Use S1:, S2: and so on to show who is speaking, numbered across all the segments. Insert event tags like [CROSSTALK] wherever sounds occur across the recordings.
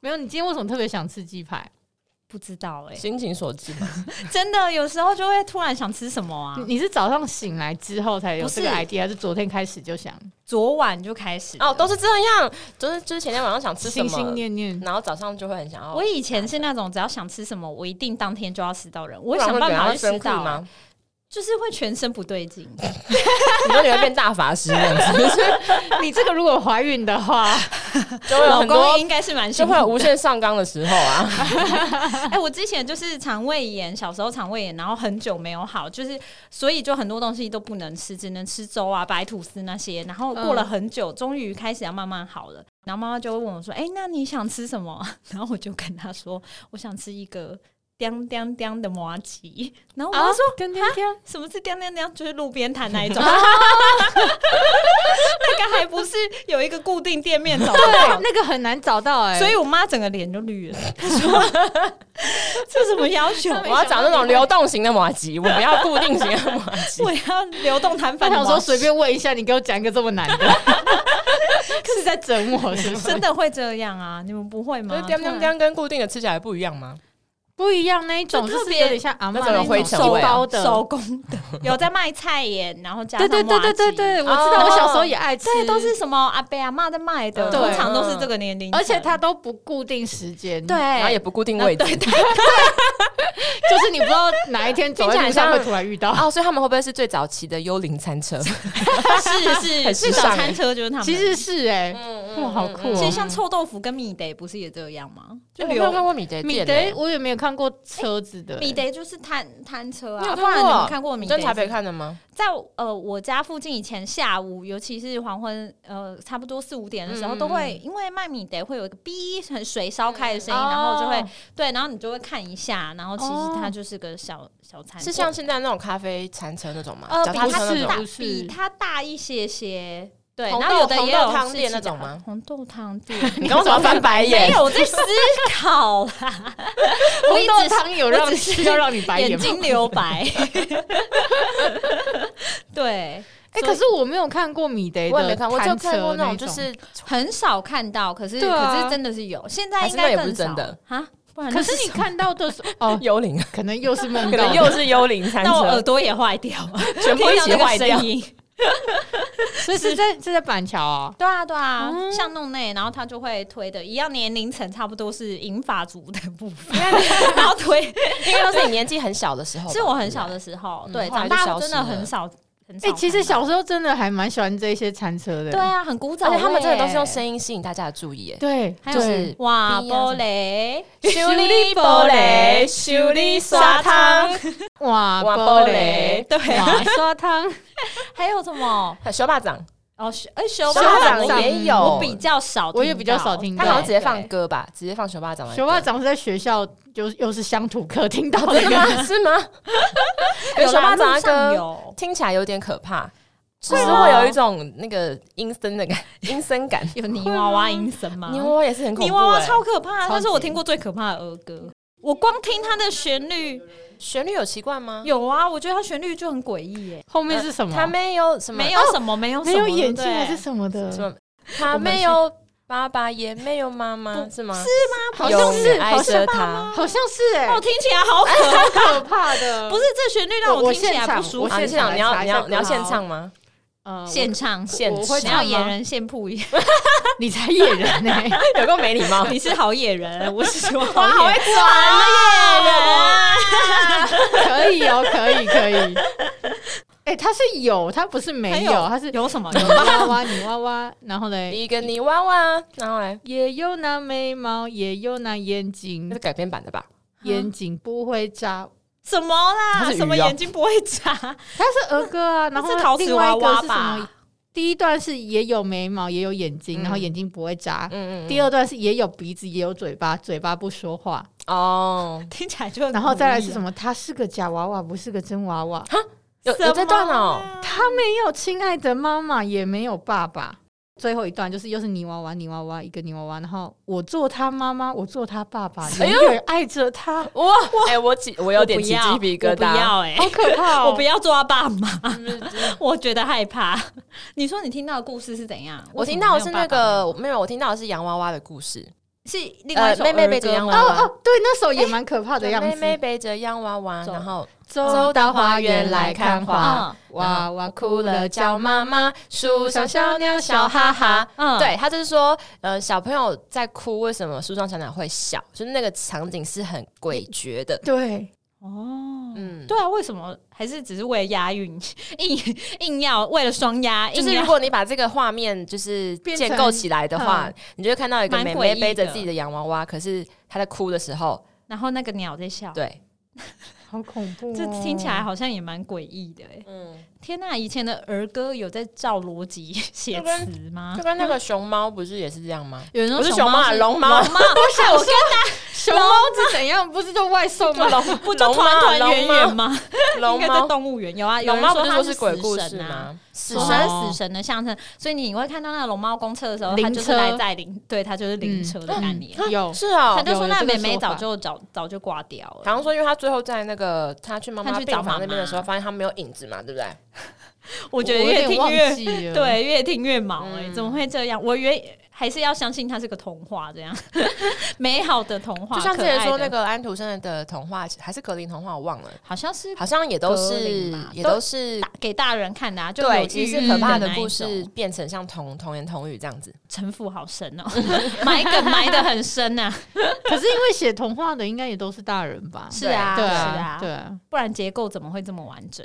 S1: 没有，你今天为什么特别想吃鸡排？
S2: 不知道哎、
S3: 心情所致嘛。
S2: 真的有时候就会突然想吃什么啊
S1: 你。你是早上醒来之后才有
S2: 不
S1: 这个
S2: 是
S1: idea，还是昨天开始就想
S2: 昨晚就开始
S3: [LAUGHS] 哦，
S2: 了
S3: 都是这样，就是就是前天晚上想吃什
S1: 心
S3: 么，
S1: 心念 [LAUGHS] 念？
S3: 然后早上就会很想要。
S2: 我以前是那种只要想吃什么，我一定当天就要吃到人，我
S3: 不
S2: 会
S3: 然
S2: 想
S3: 会
S2: 办
S3: 觉得
S2: 法
S3: 会
S2: 去
S3: 生
S2: 吃
S3: 气
S2: 到啊，
S3: 吗？
S2: 就是会全身不对劲。
S3: 你说你会变大法师这样 [LAUGHS] 子，
S1: 你这个如果怀孕的 [LAUGHS] 话，
S3: 就 [LAUGHS] 会有
S2: 老
S3: 很多
S2: 公应该是蛮
S3: 就
S2: 辛苦
S3: 会有无限上纲的时候啊。 [LAUGHS]
S2: 哎、我之前就是肠胃炎，小时候肠胃炎，然后很久没有好，就是所以就很多东西都不能吃，只能吃粥啊、白吐司那些。然后过了很久，终于开始要慢慢好了。然后妈妈就会问我说：“哎、那你想吃什么？” [LAUGHS] 然后我就跟她说：“我想吃一个。”叮叮叮的麻吉，然后我妈说、
S1: 啊天天天，
S2: 什么是叮叮叮，就是路边摊那一种， [LAUGHS] 那个还不是有一个固定店面找得
S1: [LAUGHS]
S2: 到
S1: 对，，啊那个很难找到哎、
S2: 所以我妈整个脸就绿了，她说这什么要求？
S3: 我要找那种流动型的马吉，我不要固定型的马 [LAUGHS]
S2: [LAUGHS]
S3: 吉。
S2: 我要流动摊
S1: 他
S2: 贩的
S1: 想
S2: 麻吉，
S1: 说随便问一下，你给我讲一个这么难 [LAUGHS] 的，是在整我是不是？
S2: 真的会这样啊？你们不会
S3: 就是
S2: 吗？
S3: 叮叮叮跟固定的吃起来不一样吗？
S1: [LAUGHS] 不一样那一种，
S2: 就
S1: 就
S2: 特
S1: 是
S2: 别
S1: 有点像阿妈
S3: 那种有灰尘
S1: 手
S3: 味啊
S1: 包的，
S2: 手工 [LAUGHS] 的，有在卖菜耶，然后加
S1: 对
S2: 上
S1: 对对对对对，
S2: 麻吉
S1: 我知道，
S3: 哦
S1: 我小时候也爱吃，
S2: 对，都是什么阿伯阿妈在卖的，
S3: 嗯
S2: 通常都是这个年龄层，
S1: 而且它都不固定时间，
S2: 对，，
S3: 然后也不固定 [LAUGHS] 位置。
S1: 就是你不知道哪一天走在路上会突然遇到。
S3: 哦，所以他们会不会是最早期的幽灵餐 [LAUGHS] 车？
S2: 是是
S3: [LAUGHS]
S2: 最
S3: 很时尚
S2: 早
S3: 耶
S2: 餐车就是他们。
S1: 其实是哎、
S3: 嗯
S1: 哇，好酷、
S2: 其实
S1: 哦！
S2: 像臭豆腐跟米德不是也这样吗？就
S3: 我没
S2: 流
S3: 有看过米德
S1: 米
S3: 店
S1: 德
S3: 欸，
S1: 我也没有看过车子的、
S2: 米德就是摊摊车
S3: 你有
S2: 啊，
S3: 看
S2: 不然你
S3: 过
S2: 们看过米
S3: 你
S2: 德
S3: 在
S2: 是
S3: 台北看的吗？
S2: 在呃我家附近以前下午，尤其是黄昏，呃，差不多四五点的时候，
S3: 嗯嗯
S2: 都会因为卖米得会有一个哔很水烧开的声音，
S1: 嗯
S2: 然后就
S1: 哦
S2: 会对，然后你就会看一下，然后其
S1: 哦
S2: 实它就是个小小餐馆，
S3: 是像现在那种咖啡餐车那种吗？
S2: 呃
S3: 脚
S2: 比
S3: 踏
S2: 它
S3: 车
S1: 不
S3: 那
S1: 是
S3: 种
S2: 大
S1: 不是
S2: 比它大一些些。对，
S3: 红
S2: 然后有的
S3: 豆
S2: 也
S3: 红豆
S2: 有
S3: 汤
S2: 是
S3: 店
S2: 其
S3: 那种
S2: 他
S3: 吗
S2: 红豆
S3: [LAUGHS]
S2: 汤店
S3: 你刚刚为什么要翻白
S2: 没
S3: 眼？
S2: 有我在思考啦，我
S1: [LAUGHS]
S2: 一
S1: 红豆
S2: 直
S1: 汤有让
S2: 我只是
S1: 需要让你白
S2: 眼
S1: 眼吗？
S2: 睛留白。 [LAUGHS] 对，
S1: 哎、
S2: 所以
S1: 可是我没有看过米德的
S3: 我也没看过，我就
S1: 摊车
S3: 看过那
S1: 那
S3: 种就是
S2: 很少看到，可是、
S1: 对啊
S2: 可是真的是有，现在
S3: 还
S2: 应
S3: 是那
S2: 该
S3: 也
S2: 更
S3: 不是
S2: 少
S3: 真的
S2: 啊，不然
S1: 可
S2: 那
S1: 是你看到的时候，哦，
S3: 幽灵，
S1: 可能又是梦
S3: 可能
S1: 到，
S3: 又是幽灵餐
S2: 那我耳
S3: 车，
S2: 朵也坏掉了，
S3: 全部一起
S2: 听
S3: 坏
S2: 到那个
S3: 掉
S2: 声。音。
S1: 所以是在是在板桥啊。
S2: 对啊，对啊，
S1: 嗯
S2: 像弄内，然后他就会推的，一样年龄层差不多是银发族的部分，然后推
S3: 应该都是你年纪很小的时候吧，
S2: 是我很小的时候，
S3: 嗯
S2: 对，
S3: 后
S2: 长
S3: 来就
S2: 大
S3: 消失
S2: 真的
S3: 了
S2: 很少很少
S1: 哎、
S2: 看到。
S1: 其实小时候真的还蛮喜欢这些餐车的。
S2: 对啊，很古早
S3: 对不
S2: 味
S3: 对，
S2: 耶，
S3: 而且他们真的都是用声音吸引大家的注意耶。
S1: 对，
S2: 还有
S1: 对，
S2: 哇
S3: 不一样
S2: 玻璃，
S3: 修理玻璃，修理砂糖，
S1: 哇玻
S3: 哇玻璃
S2: 对啊
S1: 哇刷汤，
S2: 还有什么？
S3: 手把掌，
S2: 哦，修哎修
S3: 手
S1: 巴
S2: 巴
S1: 掌
S2: 掌
S3: 掌也有，
S2: 我比较少听到，
S1: 我也比较少听
S3: 他
S1: 到
S3: 好像直接放
S2: 对
S3: 歌吧，直接放手把掌来。
S1: 学霸掌是在学校，就又是乡土课听到的
S3: 真的
S1: 吗？
S3: 吗？是吗？
S2: [LAUGHS]
S3: 有
S2: 有
S3: 手把掌
S2: 啦路
S3: 的
S2: 上
S3: 歌
S2: 有，
S3: 听起来有点可怕，只
S2: 会
S3: 是
S2: 吗
S3: 会有一种那个阴
S2: [LAUGHS]
S3: 森的感，阴森感。
S2: 有泥娃娃音声
S1: [LAUGHS]
S2: 吗？
S3: 泥娃娃也是很恐怖、欸，
S2: 泥娃娃超可怕，
S1: 超
S2: 它
S1: 级
S2: 是我听过最可怕的儿歌。我光听它的旋律，
S3: 旋律有奇怪吗？
S2: 有啊，我觉得它旋律就很诡异耶，
S1: 后面是什么？
S3: 他没有什么，
S2: 没有什么，没有什
S1: 嗯哦没有
S2: 么
S1: 眼睛
S2: 对不对
S1: 还是什么的？
S3: 什么，嗯他
S1: 我们
S3: 没有爸爸，也没有妈妈，
S2: 不
S3: 是吗？
S1: 好像
S3: 永
S1: 是，
S3: 远爱
S1: 好像
S3: 着他。
S1: 好像是哎、
S2: 哦，听起来好可
S1: [LAUGHS] 好可怕 [LAUGHS] 的。
S2: 不是这旋律让
S1: 我
S2: 听起
S1: 现
S2: 来
S1: 场
S2: 不舒
S1: 我
S2: 服
S3: 啊，。你现场你
S1: 现场
S3: 要
S1: 来
S3: 你
S1: 查一下
S3: 要你
S1: 歌
S3: 要
S1: 好
S3: 现唱吗？ [LAUGHS]
S1: 呃，
S2: 现唱
S3: 现
S1: 我会
S2: 你
S1: 唱
S2: 要
S1: 吗
S2: 野人献铺一下，！
S1: 我你才野人呢、
S3: 有够没礼貌
S2: 你是好野人，我是
S1: [LAUGHS]
S2: 说好啊
S3: 哇，好
S2: 野
S3: 会
S2: 人。
S3: 转的
S1: 啊
S2: 哇
S1: 可以哦，可以可以。哎、他是有，他不是
S2: [LAUGHS] 还
S1: 没
S2: 有，
S1: 他是
S2: 有什么？
S1: 有泥娃娃，泥娃娃，然后嘞，
S3: [LAUGHS] 一个泥娃娃，然后来，
S1: 也有那眉毛，也有那眼
S3: [LAUGHS] 那
S1: 睛
S3: 是，改编版的吧？
S1: 眼睛不会眨。
S2: 什么
S3: 它
S2: 啦？
S3: 是鱼
S2: 什么
S3: 哦
S2: 眼睛不会眨？ [LAUGHS]
S1: 它是儿歌啊，然
S2: 是陶
S1: 后
S2: 瓷
S1: 另外
S2: 娃
S1: 一个
S2: 娃
S1: 是什么
S2: 吧？？
S1: 第一段是也有眉毛，也有眼睛，
S3: 嗯
S1: 然后眼睛不会眨。
S3: 嗯嗯嗯。
S1: 第二段是也有鼻子，也有嘴巴，嘴巴不说话。
S3: 哦，
S2: 听起来就很
S1: 然后再来是
S2: 诡异
S1: 什么？它是个假娃娃，不是个真娃娃。
S3: 有有这段哦，
S2: 啊？
S1: 它没有亲爱的妈妈，也没有爸爸。最后一段就是又是泥娃娃，泥娃娃一个泥娃娃，然后我做他妈妈，我做他爸爸，
S3: 哎
S1: 永
S3: 呦
S1: 远爱着他，
S3: 哇！哎，我起我有点
S2: 我不
S3: 起
S2: 要
S3: 鸡皮疙
S2: 我不
S3: 瘩。
S2: 要哎、
S1: 好可怕、哦！
S2: [LAUGHS] 我不要做他爸妈，
S3: [LAUGHS]
S2: 我觉得害怕。你说你听到的故事是怎样？
S3: 我听到的
S2: 为什
S3: 是
S2: 么没
S3: 那
S2: 有爸爸妈妈
S3: 个没有，我听到的是洋娃娃的故事。
S2: 是另外一
S3: 呃，
S2: 首
S3: 妹妹背
S2: 儿
S3: 着洋
S2: 歌
S1: 哦
S2: 吗？
S3: 娃娃，
S1: 哦，对，那首也蛮可怕的样
S3: 哎妹
S1: 子。
S3: 妹背着洋娃娃，
S1: 走
S3: 然后
S1: 走到花园来看花，
S2: 嗯
S1: 娃娃哭
S3: 哭了
S1: 了
S3: 叫
S1: 叫妈。
S3: 妈妈，树上小鸟笑哈哈。
S2: 嗯，
S3: 对，他就是说，呃，小朋友在哭，为什么树上小鸟会笑？就是那个场景是很诡谲的。
S1: 对，
S2: 哦，
S3: 嗯，
S2: 对啊，为什么还是只是为了押韵，硬硬要为了双押，
S3: 就
S2: 硬
S3: 是
S2: 要
S3: 如果你把这个画面就是
S1: 变成
S3: 建构起来的话，你就会看到一个
S2: 蛮
S3: 妹
S2: 诡
S3: 妹
S2: 异
S3: 背着
S2: 的
S3: 自己的洋娃娃，可是她在哭的时候，
S2: 然后那个鸟在笑，
S3: 对，
S1: 好恐怖、哦。
S2: 这听起来好像也蛮诡异的哎。
S3: 嗯，
S2: 天呐，以前的儿歌有在照逻辑写
S3: 就跟
S2: 词吗
S3: 就？跟那个熊猫不是也是这样吗？
S2: 有人说
S3: 不是
S2: 熊
S3: 熊猫啊
S2: 是
S3: 龙猫
S2: 龙猫 [LAUGHS] 不是我跟
S1: 熊猫是怎样？不是就外送
S3: [LAUGHS]
S1: 吗？
S3: 龙啊
S2: 不就团团圆圆吗？应
S3: 龙
S2: 该在
S3: 猫，
S2: 动物园有啊，有
S3: 龙
S2: 人
S3: 猫不
S2: 说
S3: 是
S2: 它
S3: 说是鬼故事
S2: 死神啊？
S3: 吗？
S2: 死
S1: 哦
S2: 神死神的象征，所以你会看到那个龙猫公厕的时候，
S1: 灵
S2: 它就是
S1: 车
S2: 来载灵，对，它就是灵车的概念。
S1: 有
S3: 是哦
S2: 他，就说
S1: 有
S2: 那
S1: 这个
S2: 妹妹
S1: 说
S2: 早
S1: 法
S2: 就早早就挂掉了，
S3: 好像说，因为他最后在那个他去妈
S2: 他
S3: 妈
S2: 去
S3: 病
S2: 找妈
S3: 房那边的时候，
S2: 妈
S3: 发现他没有影子嘛，对不对？
S2: 我觉得
S1: 我有
S2: 越
S1: 点
S2: 听
S1: 忘
S2: 越
S1: 记了。
S2: 对，越听越毛哎、
S3: 嗯
S2: 怎么会这样？我原还是要相信它是个童话，这样 [LAUGHS] 美好的童话，
S3: 就像之
S2: 可爱
S3: 前说那
S2: 的，
S3: 个安徒生的童话，还是格林童话，我忘了，
S2: 好像是
S3: 好像也都
S2: 格
S3: 是
S2: 林吧
S3: 也
S2: 都
S3: 都是
S2: 打给大人看的、啊，就有
S3: 对，
S2: 寓
S3: 其实
S2: 意
S3: 是可怕
S2: 的
S3: 的
S2: 那
S3: 故
S2: 一种
S3: 事，变成像童童言童语这样子。
S2: 城府好深哦、 [LAUGHS] 埋梗埋的很深啊呐、
S1: [LAUGHS] 可是因为写童话的应该也都是大人吧？
S2: 是啊，
S1: 对
S2: 是
S1: 啊
S2: 啊，，
S1: 对啊。
S2: 不然结构怎么会这么完整？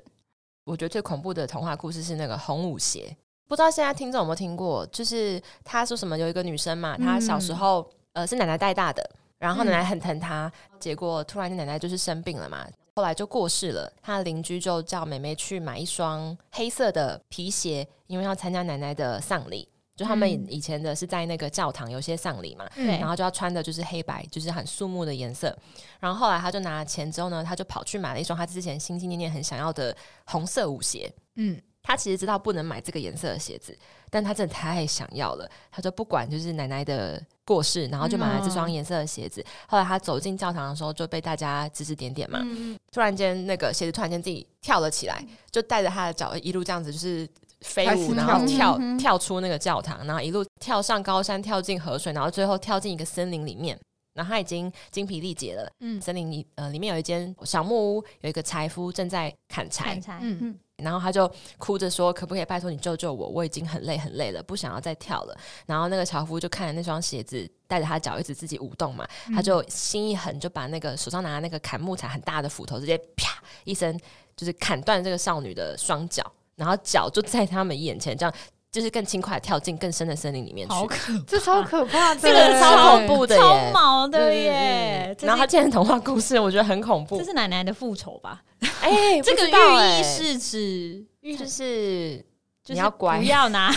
S3: 我觉得最恐怖的童话故事是那个红舞鞋，不知道现在听众有没有听过？就是他说什么有一个女生嘛，她小时候、呃是奶奶带大的，然后奶奶很疼她，结果突然奶奶就是生病了嘛，后来就过世了。她的邻居就叫妹妹去买一双黑色的皮鞋，因为要参加奶奶的丧礼。就他们以
S2: 嗯
S3: 以前的是在那个教堂有些丧礼嘛，
S2: 对
S3: 然后就要穿的就是黑白，就是很肃穆的颜色。然后后来他就拿了钱之后呢，他就跑去买了一双他之前心心念念很想要的红色舞鞋。
S1: 嗯，
S3: 他其实知道不能买这个颜色的鞋子，但他真的太想要了，他就不管就是奶奶的过世，然后就买了这双颜色的鞋子。后来他走进教堂的时候，就被大家指指点点嘛。
S2: 嗯，
S3: 突然间，那个鞋子突然间自己跳了起来，就带着他的脚一路这样子就是飞
S1: 开始
S3: 舞，然
S1: 跳
S3: 后
S1: 舞
S3: 跳
S2: 嗯哼
S3: 跳出那个教堂，然后一路跳上高山，跳进河水，然后最后跳进一个森林里面。然后他已经精疲力竭了。
S1: 嗯
S3: 森林里呃里面有一间小木屋，有一个柴夫正在砍柴，
S2: 砍柴，
S1: 嗯
S2: 嗯，
S3: 然后他就哭着说：“可不可以拜托你救救我？我已经很累很累了，不想要再跳了。”然后那个樵夫就看着那双鞋子，带着他脚一直自己舞动嘛，他就
S2: 嗯
S3: 心一狠，就把那个手上拿的那个砍木材很大的斧头，直接啪一声，就是砍断这个少女的双脚，然后脚就在他们眼前这样。就是更轻快地跳进更深的森林里面去，
S2: 好可
S1: 这超可怕的，
S3: 这个超恐怖的耶，
S2: 超毛的
S3: 嗯嗯
S2: 耶
S3: 嗯，
S2: 这
S3: 然后它
S2: 是
S3: 变成童话故事，我觉得很恐怖
S2: 这。是奶奶的复仇吧？
S3: 哎、
S2: [LAUGHS] 这
S3: 不
S2: 个
S3: 知道
S2: 寓
S3: 哎
S2: 意是指
S3: 就是
S2: 就是
S3: 你要乖
S2: 不要拿，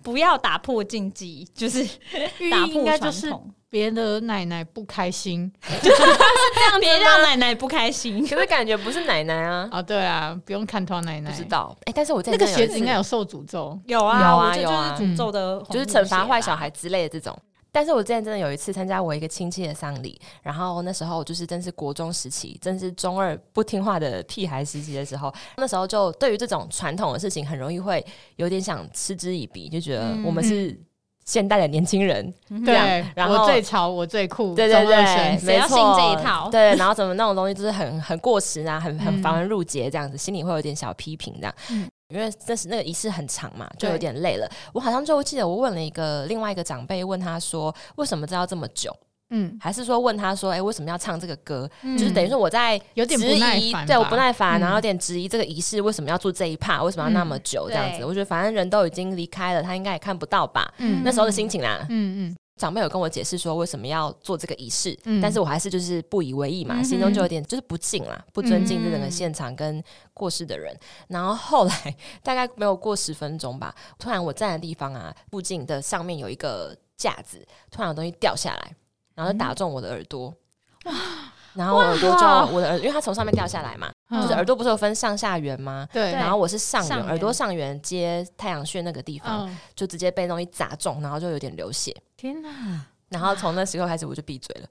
S2: 不要打破禁忌，就是
S1: 寓
S2: 打
S1: 意应
S2: 破
S1: 该
S2: 传
S1: 就是
S2: 统，
S1: 别的奶奶不开心
S2: 这样别让奶奶不开心。
S3: 可是感觉不是奶
S2: [LAUGHS]
S3: 奶
S2: 哦
S3: 啊，
S1: 啊。对啊，不用看团奶奶。
S3: 不知道。哎、但是我真
S1: 那
S3: 的
S1: 个
S3: 有
S1: 鞋
S3: 一
S1: 子
S3: 次
S1: 应该有受诅咒。
S2: 有啊，
S3: 有啊
S2: 我觉得
S3: 有啊
S2: 就是诅咒的，
S3: 就是惩
S2: 啊
S3: 罚坏小。孩之类的这种。但是我之前真的有一次参加我一个亲戚的丧礼，然后那时候就是真是国中时期，真是中二不听话的屁孩时期的时候，那时候就对于这种传统的事情，很容易会有点想嗤之以鼻，就觉得
S2: 嗯
S3: 我们是现代的年轻人，
S2: 对啊，
S1: 对，
S3: 然
S1: 我
S3: 后
S1: 最潮，我最酷，
S3: 对对
S1: 中二生
S3: 对，
S2: 谁
S3: 没
S2: 要信
S3: 错
S2: 这一套
S3: 对，然后怎么那种东西就是很很过时啊，很很
S1: 嗯
S3: 繁文缛节这样子，心里会有点小批评这样。
S1: 嗯
S3: 因为这是那个仪式很长嘛，就
S1: 对
S3: 有点累了。我好像就记得我问了一个另外一个长辈，问他说为什么这要这么久，
S1: 嗯，
S3: 还是说问他说，哎、为什么要唱这个歌？
S2: 嗯
S3: 就是等于说我在
S1: 有点
S3: 质
S1: 不耐
S3: 疑
S1: 烦吧，
S3: 对我不耐烦，
S1: 嗯
S3: 然后有点质疑这个仪式为什么要做这一趴，为什么要那么久这样子？
S2: 对
S3: 我觉得反正人都已经离开了，他应该也看不到吧。
S1: 嗯
S3: 那时候的心情啊啦，
S1: 嗯嗯
S3: 长辈有跟我解释说为什么要做这个仪式，
S1: 嗯
S3: 但是我还是就是不以为意嘛，
S2: 嗯哼
S3: 心中就有点就是不敬啦，不尊敬这整个
S1: 嗯
S3: 现场跟过世的人。然后后来 [LAUGHS] 大概没有过十分钟吧，突然我站的地方啊，附近的上面有一个架子，突然有东西掉下来，然后就打中我的耳朵，然后我耳朵就
S1: 哇
S3: 我的耳，因为它从上面掉下来嘛，
S1: 嗯，
S3: 就是耳朵不是有分上下缘吗？
S1: 对，
S3: 然后我是上
S2: 上
S3: 缘，
S2: 缘
S3: 耳朵上缘接太阳穴那个地方，
S1: 嗯，
S3: 就直接被东西砸中，然后就有点流血。
S1: 天哪，
S3: 然后从那时候开始，我就闭嘴了。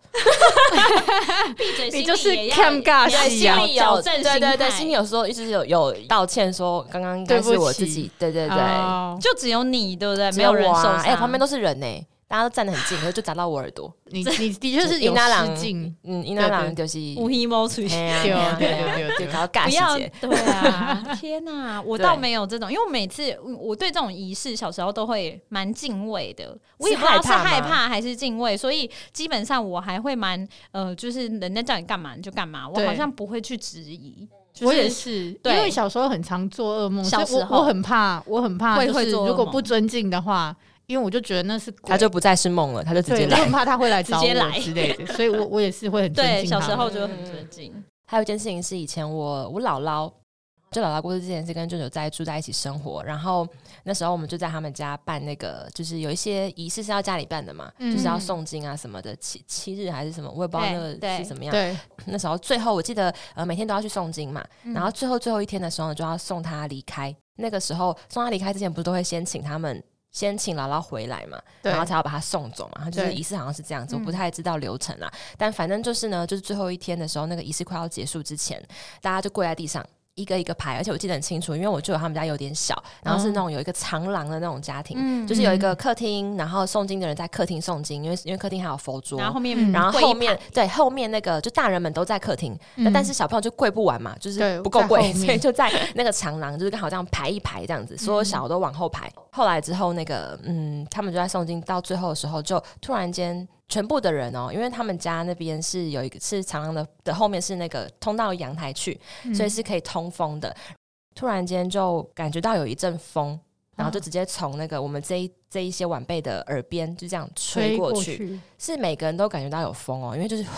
S2: 闭嘴，
S1: 你
S2: 心
S1: 就
S2: 里
S1: 是
S2: 也要
S1: 看尬
S2: 也要
S1: 戏啊
S2: 哎心里矫正
S3: 对对对，
S2: 态
S3: 心里有时候一直有有道歉，说刚刚应该是我自己，对对对，
S1: 哦
S2: 就只有你对不对？
S3: 只
S2: 没
S3: 有
S2: 人
S3: 我
S2: 受
S3: 啊
S2: 伤，
S3: 哎，旁边都是人呢，大家都站得很近，可是就砸到我耳朵。
S1: 你你的确 [LAUGHS] 是有
S3: 伊那
S1: 失
S3: 郎
S1: 敬，
S3: 嗯，伊娜郎就是
S2: 无一摸出去。
S3: 哎呀
S1: 对
S3: 哎呀
S1: 对
S3: 哎呀
S1: 对对对
S3: 对，搞到尬
S2: [LAUGHS] 不要
S3: 细节。
S2: 对
S3: [LAUGHS]
S2: 啊！天哪、我
S3: 对
S2: 倒没有这种，因为我每次嗯我对这种仪式小时候都会蛮敬畏的，我
S3: 是
S2: 也不知道
S3: 害
S2: 是
S3: 怕
S2: 害
S3: 吗
S2: 怕还是敬畏，所以基本上我还会蛮呃，就是人家叫你干嘛你就干嘛，我
S1: 对
S2: 好像不会去质疑，就是、
S1: 我也是，因
S2: 对
S1: 为小时候很常做噩梦，所
S2: 小
S1: 以
S2: 时
S1: 我
S2: 候
S1: 我很怕，我很怕，
S2: 会
S1: 就
S2: 会
S1: 是
S2: 做噩
S1: 如果
S2: 梦
S1: 不尊敬的话，因为我就觉得那是鬼
S3: 他就不再是梦了，他就直
S1: 对，
S3: 接
S1: 我
S3: 来
S1: 很。怕他会来
S2: 直
S1: 找
S2: 接
S1: 我
S2: 来
S1: 之
S3: [LAUGHS]
S1: 类的，所以我我也是会很尊
S2: 对
S1: 敬
S2: 小
S1: 他
S2: 时
S1: 们。
S2: 候就
S3: 嗯
S2: 很尊敬，
S3: 还有一件事情是，以前我我姥姥，就姥姥过世之前是跟舅舅在住在一起生活，然后那时候我们就在他们家办那个，就是有一些仪式是要家里办的嘛，
S1: 嗯
S3: 就是要诵经啊什么的，七七日还是什么，我也不知道那
S2: 对
S3: 个是
S2: 对
S3: 怎么样。
S1: 对，
S3: 那时候最后我记得，呃，每天都要去诵经嘛，
S2: 嗯
S3: 然后最后最后一天的时候呢，就要送他离开。那个时候送他离开之前，不是都会先请他们先请姥姥回来嘛，
S1: 对
S3: 然后才要把他送走嘛。就是
S1: 对
S3: 仪式好像是这样子，我
S2: 嗯
S3: 不太知道流程啦。但反正就是呢，就是最后一天的时候，那个仪式快要结束之前，大家就跪在地上。一个一个排，而且我记得很清楚，因为我舅舅他们家有点小，然后是那种有一个长廊的那种家庭，
S2: 嗯
S3: 就是有一个客厅，然后诵经的人在客厅诵经，因为因为客厅还有佛桌，
S2: 然后后面、
S1: 嗯
S3: 然后后面对后面那个就大人们都在客厅，那、
S1: 嗯
S3: 但是小朋友就跪不完嘛，就是
S1: 对
S3: 不够
S1: 在
S3: 跪，
S1: 后面
S3: 所以就在那个长廊，就是刚好这样排一排这样子，所有
S1: 嗯
S3: 小的都往后排。后来之后，那个嗯，他们就在诵经到最后的时候，就突然间。全部的人哦，因为他们家那边是有一个是长廊的的后面是那个通到阳台去，
S1: 嗯
S3: 所以是可以通风的。突然间就感觉到有一阵风，
S1: 嗯
S2: 嗯
S3: 然后就直接从那个我们这一这一些晚辈的耳边就这样吹
S1: 吹
S3: 过去，
S1: 去，
S3: 是每个人都感觉到有风哦，因为就是呼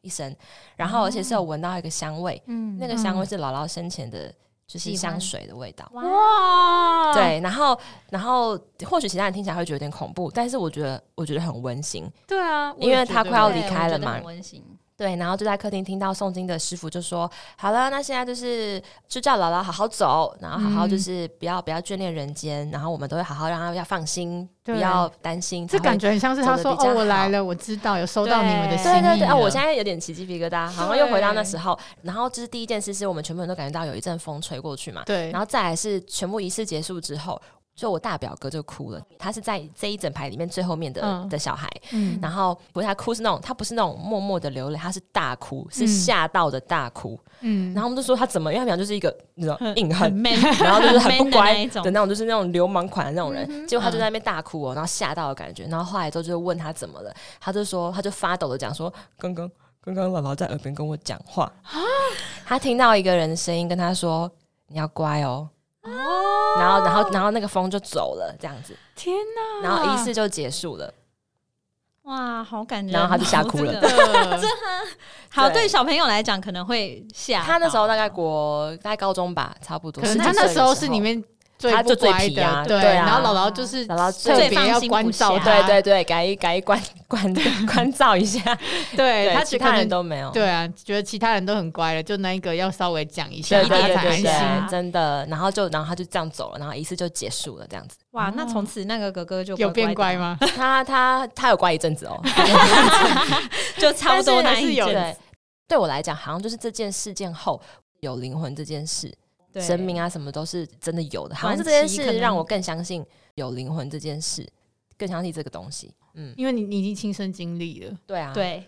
S3: 一声，然后而且是有闻到一个香味，
S2: 哦嗯
S3: 那个香味是姥姥生前的，就是香水的味道。
S2: 哇，哦
S1: 哇，
S3: 对，然后，然后或许其他人听起来会觉得有点恐怖，但是我觉得，我觉得很温馨。
S1: 对啊，
S3: 因为他快要
S1: 离
S3: 离开
S2: 对我觉
S3: 了
S2: 得
S3: 嘛
S2: 很温馨，
S3: 对，然后就在客厅听到诵经的师傅就说：“好了，那现在就是就叫姥姥好好走，然后好好
S1: 嗯
S3: 就是不要、不要眷恋人间，然后我们都会好好让她要放心，不
S1: 对
S3: 要担心。”
S1: 这感觉很像是他
S3: 走得
S1: 说
S3: 比较
S1: 哦，我来
S3: 好
S1: 了，我知道有收到你们的
S2: 对
S1: 心
S3: 对
S1: 意
S3: 对对，啊，
S1: 了
S3: 我现在有点起鸡皮疙瘩，好像又回到那时候。然后这是第一件事，是我们全部人都感觉到有一阵风吹过去嘛。
S1: 对，
S3: 然后再来是全部仪式结束之后，就我大表哥就哭了，他是在这一整排里面最后面的、
S1: 嗯
S3: 的小孩。
S1: 嗯
S3: 然后不是他哭是那种，他不是那种默默的流泪，他是大哭，是
S1: 嗯
S3: 吓到的大哭。
S1: 嗯， [LAUGHS]
S3: 然后我们就说他怎么，因为他表就是一个你知道硬汉
S2: 很，man，
S3: [LAUGHS] 然后就是很
S2: 很
S3: 不
S2: man 的
S3: 乖
S2: 那一种
S3: 的那种，就是那种流氓款的那种人。
S2: 嗯哼
S3: 结果他就在那边大哭哦，然后吓到的感觉。然后后来之后就问他怎么了，他就说他就发抖的讲说，刚刚刚刚姥姥在耳边跟我讲话
S2: 啊
S3: 他听到一个人的声音跟他说你要乖哦。然后，然后，然后那个风就走了，这样子，
S1: 天哪，
S3: 然后仪式就结束了。
S2: 哇，好感人哦，
S3: 然后他就吓哭了
S2: 真的
S3: [LAUGHS]
S1: 的
S2: 好，
S3: 对
S2: 对小朋友来讲可能会吓到。
S3: 他那时候大概国大概高中吧，差不多。
S1: 可能
S3: 十
S1: 他
S3: 几
S1: 那
S3: 岁
S1: 时
S3: 的
S1: 候
S3: 候
S1: 是里面最
S3: 他
S1: 不
S3: 就最
S1: 乖
S3: 皮
S1: 的
S3: 啊
S1: 对，
S3: 对啊
S1: 然后姥姥就是
S3: 姥姥
S1: 特
S3: 最
S1: 别
S2: 放
S1: 要
S2: 心
S1: 关
S2: 不
S1: 照
S2: 下
S1: 他
S3: 对对对，改改关关关照一下， [LAUGHS]
S1: 对
S3: 对
S1: 他
S3: 其
S1: 可
S3: 他人
S1: 能
S3: 都没有。
S1: 对啊，觉得其他人都很乖了，就那一个要稍微讲一下，
S3: 对
S2: 对
S1: 他
S3: 对
S1: 才安
S3: 对对
S1: 心。
S3: 对，真的。然后就然后他就这样走了，然后仪式就结束了，
S1: [LAUGHS]
S3: 这样子。
S2: 哇，那从此那个哥哥就
S1: 有变乖
S2: 乖的？
S3: [LAUGHS]
S1: 吗？
S3: 他他他有乖一阵子
S1: [LAUGHS]
S3: 哦， [LAUGHS]
S2: 就差不多
S1: 但
S2: 那
S1: 是还是
S2: 一
S1: 有
S2: 阵
S3: 对，对我来讲，好像就是这件事件后有灵魂这件事，
S2: 子，
S3: 神明
S2: 啊，
S3: 啊什么都是真的有的。好像
S2: 晚
S3: 是
S2: 期
S3: 这件
S2: 可
S3: 事
S2: 能
S3: 让我更相信有灵魂这件事，更相信这个东西。嗯，
S1: 因为你你已经亲身经历了。
S3: 对啊，，
S2: 对，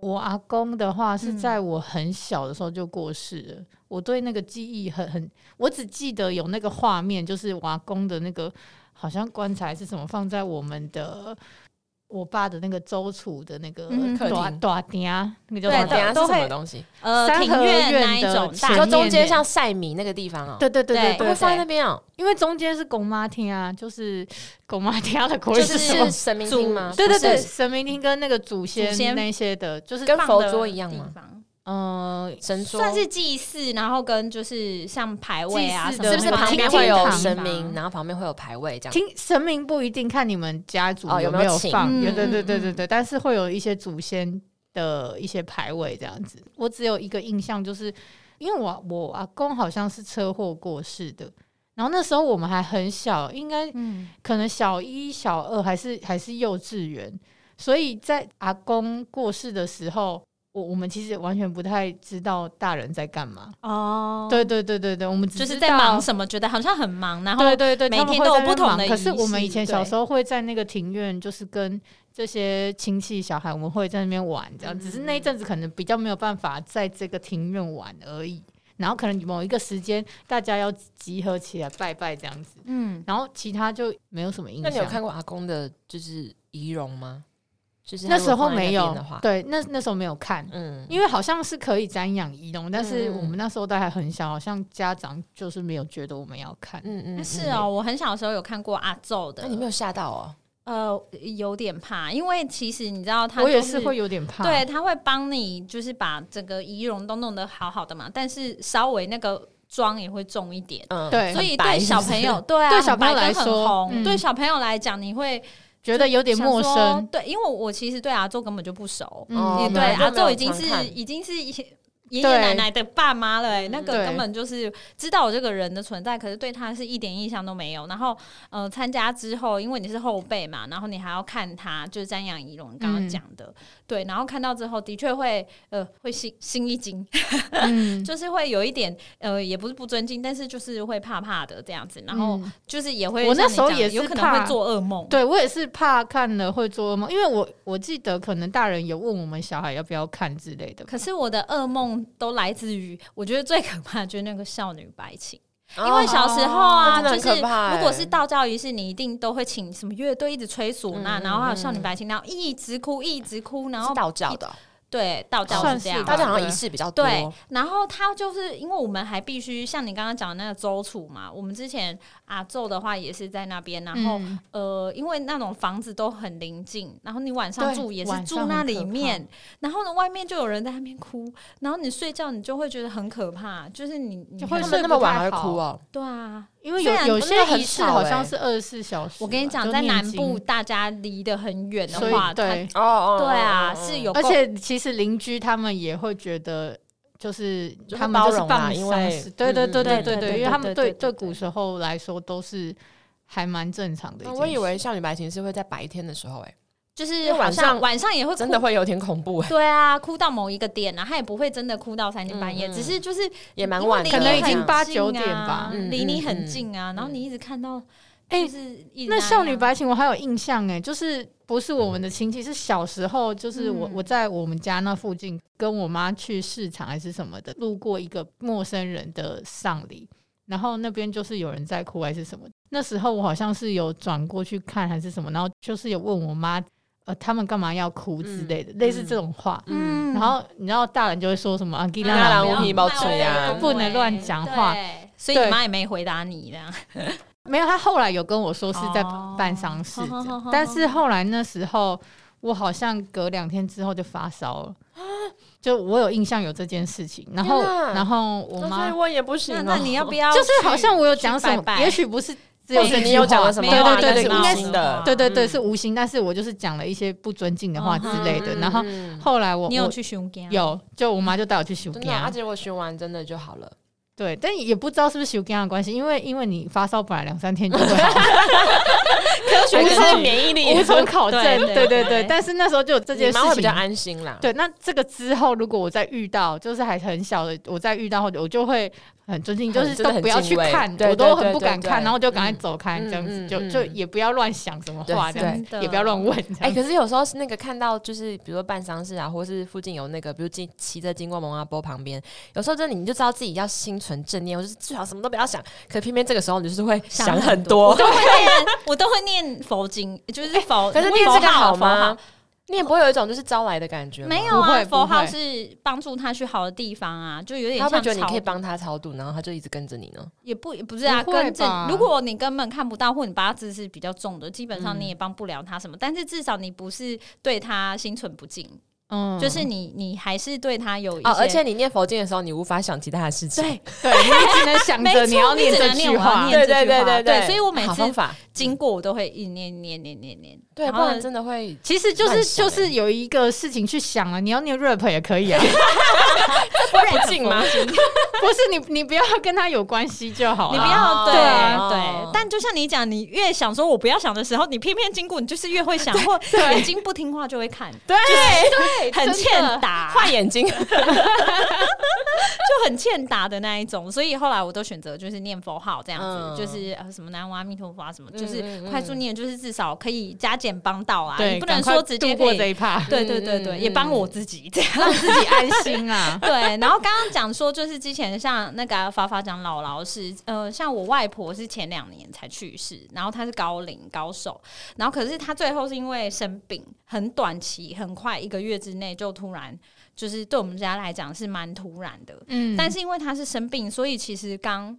S1: 我阿公的话是
S2: 嗯
S1: 在我很小的时候就过世了，我对那个记忆很很，我只记得有那个画面，就是我阿公的那个好像棺材是什么放在我们的我爸的那个周楚的那个
S2: 嗯
S3: 客
S1: 大
S3: 厅
S1: 大厅，啊那个叫什么
S2: 对
S3: 哇，等一
S1: 大
S3: 下
S2: 都
S3: 啊是什么
S2: 会
S3: 东西？
S2: 呃，
S1: 三
S2: 庭
S1: 合
S2: 院
S1: 院
S2: 那一
S1: 的
S2: 种
S1: 前
S2: 大
S3: 就
S1: 面
S3: 中间像晒米那个地方哦，
S1: 对对对对
S2: 对
S1: 对
S3: 会
S2: 我
S3: 放在那边哦，
S1: 因为中间是公妈厅啊，就是公妈厅啊的国语
S3: 就是
S1: 什么
S3: 是神明厅吗？
S1: 对对对，
S3: 不是，
S1: 神明厅跟那个祖
S2: 祖先
S1: 先那些的，就是
S3: 跟
S2: 放
S3: 佛
S2: 的
S3: 桌一样
S2: 地
S3: 吗
S2: 方
S1: 嗯、呃
S3: 神桌
S2: 算是祭祀，然后跟就是像牌位啊
S1: 祭祀
S2: 什么
S1: 的
S2: 的，
S3: 是
S1: 那
S3: 不是
S1: 个
S3: 旁边
S1: 厅
S3: 会有
S1: 堂
S3: 神明，？然后旁边会有牌位这样？
S1: 听神明不一定看你们家族
S3: 哦
S1: 有
S3: 有没有
S1: 有
S3: 请
S1: 放，
S2: 嗯
S1: 有对对对
S2: 嗯
S1: 对
S2: 嗯
S1: 对，但是会有一些祖先的一些牌位这样子。我只有一个印象，就是因为我我阿公好像是车祸过世的，然后那时候我们还很小，应该
S2: 嗯，
S1: 可能小一、小二还是还是幼稚园，所以在阿公过世的时候，我我们其实完全不太知道大人在干嘛。
S2: 哦，
S1: 嗯对对对对对，我们只
S2: 就是
S1: 知
S2: 在
S1: 道
S2: 忙什么，觉得好像很忙，然后
S1: 对对对，
S2: 每
S1: 他们
S2: 天
S1: 会
S2: 都
S1: 在
S2: 有
S1: 那
S2: 不
S1: 边
S2: 同
S1: 忙
S2: 的
S1: 可
S2: 仪
S1: 是我们以
S2: 式
S1: 前小
S2: 对
S1: 时候会在那个庭院，就是跟这些亲戚小孩，我们会在那边玩，这样。只是
S2: 嗯
S1: 那一阵子可能比较没有办法在这个庭院玩而已。然后可能某一个时间大家要集合起来拜拜这样子，
S2: 嗯，
S1: 然后其他就没有什么印
S3: 那
S1: 象。
S3: 你有看过阿公的就是仪容吗？就是他
S1: 那
S3: 如
S1: 时
S3: 果
S1: 候
S3: 放在那
S1: 没
S3: 边
S1: 有
S3: 的话，，
S1: 对，那那时候没有看。
S3: 嗯，
S1: 因为好像是可以瞻仰仪容，但是
S3: 嗯嗯
S1: 我们那时候都还很小，好像家长就是没有觉得我们要看。
S3: 嗯嗯嗯
S2: 是哦，我很小的时候有看过阿宙的
S3: 那，你没有吓到哦？
S2: 呃，有点怕，因为其实你知道他
S1: 我也
S2: 就是
S1: 会有点怕。
S2: 对，他会帮你就是把整个仪容都弄得好好的嘛，但是稍微那个妆也会重一点，
S3: 嗯，
S1: 对
S2: 所以
S3: 很白
S2: 对
S3: 是不哦
S2: 小
S3: 是
S2: 朋
S3: [LAUGHS]
S1: [LAUGHS]
S2: 友，对啊，
S1: 对小朋友
S2: 很白跟
S1: 来
S2: 很
S1: 说
S2: 红
S1: 嗯
S2: 对小朋友来讲，你会
S1: 觉得有点
S2: 想
S1: 陌
S2: 说 [LAUGHS]
S1: 生。
S2: 对，因为我其实对阿周根本就不熟，
S1: 嗯
S3: 哦
S2: 也
S1: 嗯
S2: 对
S3: 本来就
S2: 阿
S3: 没有
S2: 周已经
S3: 常
S2: 是
S3: 看
S2: 已经是爷爷
S1: 对
S2: 奶奶的爸妈了、欸，那个
S1: 对
S2: 根本就是知道我这个人的存在，可是对他是一点印象都没有。然后，呃，参加之后，因为你是后辈嘛，然后你还要看他，就是瞻仰仪容，你刚刚
S1: 嗯
S2: 讲的、对，然后看到之后，的确会呃会心心一惊，
S1: 嗯，
S2: 就是会有一点呃，也不是不尊敬，但是就是会怕怕的这样子，然后
S1: 嗯
S2: 就是也会
S1: 我那
S2: 像你
S1: 时候
S2: 讲
S1: 也
S2: 的有
S1: 是
S2: 可能会
S1: 怕
S2: 做噩梦，
S1: 对我也是怕看了会做噩梦，因为我我记得可能大人有问我们小孩要不要看之类的吧。
S2: 可是我的噩梦都来自于，我觉得最可怕的就是那个少女白情，
S3: 哦
S2: 因为小时候啊，
S1: 哦
S3: 那真的
S2: 就
S3: 很
S2: 是
S3: 可怕欸
S2: 如果是道教仪式，你一定都会请什么乐队一直吹唢
S1: 嗯
S2: 呐，然后还有少女白情，然后一直哭一直哭，然后
S3: 是道教的哦，
S2: 对道教
S1: 算
S2: 是这样
S1: 是，
S3: 道
S1: 吧
S3: 教好像仪式比较多，
S2: 对，然后他就是因为我们还必须像你刚刚讲的那个周楚嘛，我们之前阿奏的话也是在那边，然后、
S1: 嗯
S2: 呃，因为那种房子都很临近，然后你晚上
S1: 对
S2: 住也是
S1: 晚
S2: 住
S1: 上
S2: 那
S1: 很
S2: 里
S1: 可怕
S2: 面，然后呢外面就有人在那边哭，然后你睡觉你就会觉得很可怕，就是你你
S1: 就
S2: 还
S1: 会
S3: 他
S2: 要
S3: 们那么晚还会
S1: 睡不太好
S3: 哭哦，
S2: 对啊。
S1: 因为
S2: 虽
S1: 有
S2: 然
S1: 有
S3: 那
S1: 些
S3: 个很
S1: 仪式
S3: 少
S1: 好
S3: 欸
S1: 像是二十四小时吧，
S2: 我跟你讲，
S1: 就
S2: 在
S1: 念
S2: 南
S1: 经
S2: 部，大家离得很远的
S1: 所以
S2: 话，它
S1: 对，
S3: 哦哦
S2: 对啊是有
S1: 而
S2: 够
S1: 且其实邻居他们也会觉得。就是
S3: 就是
S1: 他们就
S3: 包
S1: 是
S3: 容啦
S1: 放
S3: 因
S1: 丧
S3: 为
S1: 事对对
S3: 嗯
S1: 对对
S2: 对
S1: 对
S2: 对
S1: 对，因
S2: 对
S1: 为他们
S2: 对
S1: 对
S2: 对
S1: 对
S2: 对
S1: 古时候来说都是还蛮正常的一件事。
S3: 我以为少女白情是会在白天的时候，哎，
S2: 就
S3: 因
S2: 是
S3: 为
S2: 好
S3: 晚
S2: 像
S3: 上
S2: 晚上也会哭
S3: 真的会有点恐怖，哎，
S2: 对啊，哭到某一个点啊，他也不会真的哭到三更半夜，
S3: 嗯嗯
S2: 只是就是
S3: 也蛮
S2: 因为
S3: 晚
S2: 离
S3: 的，
S1: 可能
S2: 你
S1: 已
S2: 很
S1: 经八
S2: 近
S1: 九
S2: 啊
S1: 点吧
S3: 嗯
S2: 离你
S3: 嗯
S2: 很
S3: 嗯
S2: 近啊，然后
S3: 嗯
S2: 你一直看到，
S1: 哎
S2: 就是一直
S1: 那
S2: 那
S1: 少女
S2: 样
S1: 白情我还有印象哎、就是不是我们的亲戚，是小时候，就是我、
S2: 嗯
S1: 我在我们家那附近跟我妈去市场还是什么的，路过一个陌生人的丧礼，然后那边就是有人在哭还是什么，那时候我好像是有转过去看还是什么，然后就是有问我妈，呃，他们干嘛要哭之类的，
S3: 嗯
S1: 类似这种话。
S3: 嗯，
S1: 然后你知道大人就会说什
S2: 嗯
S1: 么啊，给
S3: 那啦
S1: 不要
S3: 无皮包啊
S1: 出呀不能乱讲话，
S2: 啊对所以你
S1: 对
S2: 妈也没回答你这样。
S1: 没有，他后来有跟我说是在
S2: 哦
S1: 办丧事这
S2: 好好
S3: [LAUGHS]
S1: 样
S2: 好，
S1: 但是后来那时候我好像隔两天之后就发烧
S3: [GASPS]
S1: 了，就我有印象有这件事情，然后
S3: 天哪
S1: 然后我
S3: 所以
S1: 妈
S3: 问也不行
S2: 那
S3: 哦，
S2: 那你要不要
S1: [LAUGHS]
S2: 去？
S1: 就是好像我有讲什
S2: 去
S1: 么，
S2: 拜拜
S1: 也许不是只有
S3: 或
S1: 这
S3: 者
S1: 句
S3: 你有讲
S1: 话
S3: 了什么
S2: 没有
S3: 话？
S1: 对对对
S2: 但
S1: 对，应该是
S2: 是无
S3: 是
S2: 心的
S1: 对对对
S3: 嗯
S1: 是无心，但是我就是讲了一些不尊敬的话之类的，
S3: 嗯
S1: 然后
S3: 嗯
S1: 后来我
S2: 你有
S1: 我
S2: 去啊熊家？
S1: 有就我妈就带我去修
S3: 真的啊，
S1: 家
S3: 而。且我循完真的就好了。
S1: 对，但也不知道是不是修肝的关系，因为因为你发烧本来两三天就会好，
S3: 科
S1: 学根据
S3: 免疫 [LAUGHS]
S1: 无从考证。
S2: 对对
S1: 对对
S2: 对
S1: 对，但是那时候就有这
S3: 你
S1: 件事
S3: 妈会比
S1: 情
S3: 较安心啦。
S1: 对，那这个之后，如果我再遇到，就是还很小的，我再遇到，我就会很尊敬，就
S3: 很
S1: 是
S3: 真的
S1: 都
S3: 很
S1: 不要
S3: 敬
S1: 去
S3: 畏
S1: 看，
S3: 对
S1: 我
S3: 对
S1: 都很
S3: 对
S1: 不
S3: 对
S1: 敢
S3: 对
S1: 看，然后就赶快
S3: 嗯
S1: 走开，这样
S3: 嗯
S1: 子
S3: 嗯
S1: 就
S3: 嗯
S1: 就也不要乱想什么
S3: 对
S1: 话，这样
S2: 真的
S1: 子也不要乱问，这
S3: 哎、
S1: 样
S3: 可是有时候是那个看到，就是比如说办丧事啊，或是附近有那个，比如经骑着经过蒙阿波啊旁边，有时候真的你就知道自己要心存正念，我就是最好什么都不要想。可偏偏这个时候你就是会
S2: 想
S3: 想
S2: 很
S3: 很多
S2: 我，都会念，我都会念佛经，就是佛。
S3: 哎可是念
S2: 佛
S3: 这个
S2: 号
S3: 好？吗
S2: 佛号？
S3: 你也不会有一种就是招来的感觉吗，
S2: 没有
S1: 不
S2: 啊，
S1: 会不
S2: 佛号
S1: 会
S2: 是帮助他去好的地方啊，就有点
S3: 他
S2: 像
S3: 会不会觉得你
S2: 超
S3: 可以帮他超度，然后他就一直跟着你呢？
S2: 也不不是啊，
S1: 不会
S2: 跟正
S1: 吧
S2: 如果你根本看不到，或你八字是比较重的，基本上
S3: 嗯
S2: 你也帮不了他什么。但是至少你不是对他心存不敬，
S1: 嗯，
S2: 就是你你还是对他有一些。
S3: 哦，而且你念佛经的时候，你无法想其他的事情。
S2: 对
S1: 对你只能想
S2: 没
S1: 着你
S2: 错
S1: 要
S2: 你
S1: 念
S2: 只
S1: 这
S2: 能念
S1: 句
S2: 我要
S1: 话
S2: 念，
S3: [LAUGHS] 对
S2: 这
S3: 对
S2: 句
S3: 对
S2: 话
S3: 对
S2: 对所以我每
S3: 好
S2: 次
S3: 方法
S2: 经过我都会一念念念念念，
S3: 对，
S2: 然
S3: 不
S2: 后
S3: 然真的会
S1: 其实就
S3: 乱
S1: 是
S3: 想
S1: 就
S3: 欸
S1: 是有一个事情去想啊，你要念 rap 也可以啊，
S3: [LAUGHS] [LAUGHS] 不进吗？
S1: 不是你你不要跟他有关系就好啊
S2: 你
S1: 了
S2: 不。要
S3: 哦
S2: 对
S3: 哦
S2: 对，但就像你讲，你越想说我不要想的时候，你偏偏经过，你就是越会想，或眼睛不听话就会看，
S1: 对
S2: 很欠打，
S3: 坏眼睛，
S2: 就很欠打的那一种，所以后来我都选择就是念佛号这样子，
S3: 嗯
S2: 就是呃什么南无阿弥陀佛啊什么，
S3: 嗯
S2: 就是
S3: 嗯嗯
S2: 快速念，就是至少可以加减帮到啊，
S1: 对，
S2: 你不能
S1: 赶快
S2: 说直接
S1: 度过
S2: 可
S1: 这
S2: 以，
S1: 一趴，
S2: 对对对
S3: 嗯嗯
S2: 对，
S3: 嗯
S2: 也帮我自己这样。。
S1: 让自己安心啊
S2: 对，然后刚刚讲说，就是之前像那个啊法法长姥姥是，呃，像我外婆是前两年才去世，然后她是高龄高寿，然后可是她最后是因为生病，很短期，很快一个月之内就突然，就是对我们家来讲是蛮突然的，
S1: 嗯
S2: 但是因为她是生病，所以其实刚。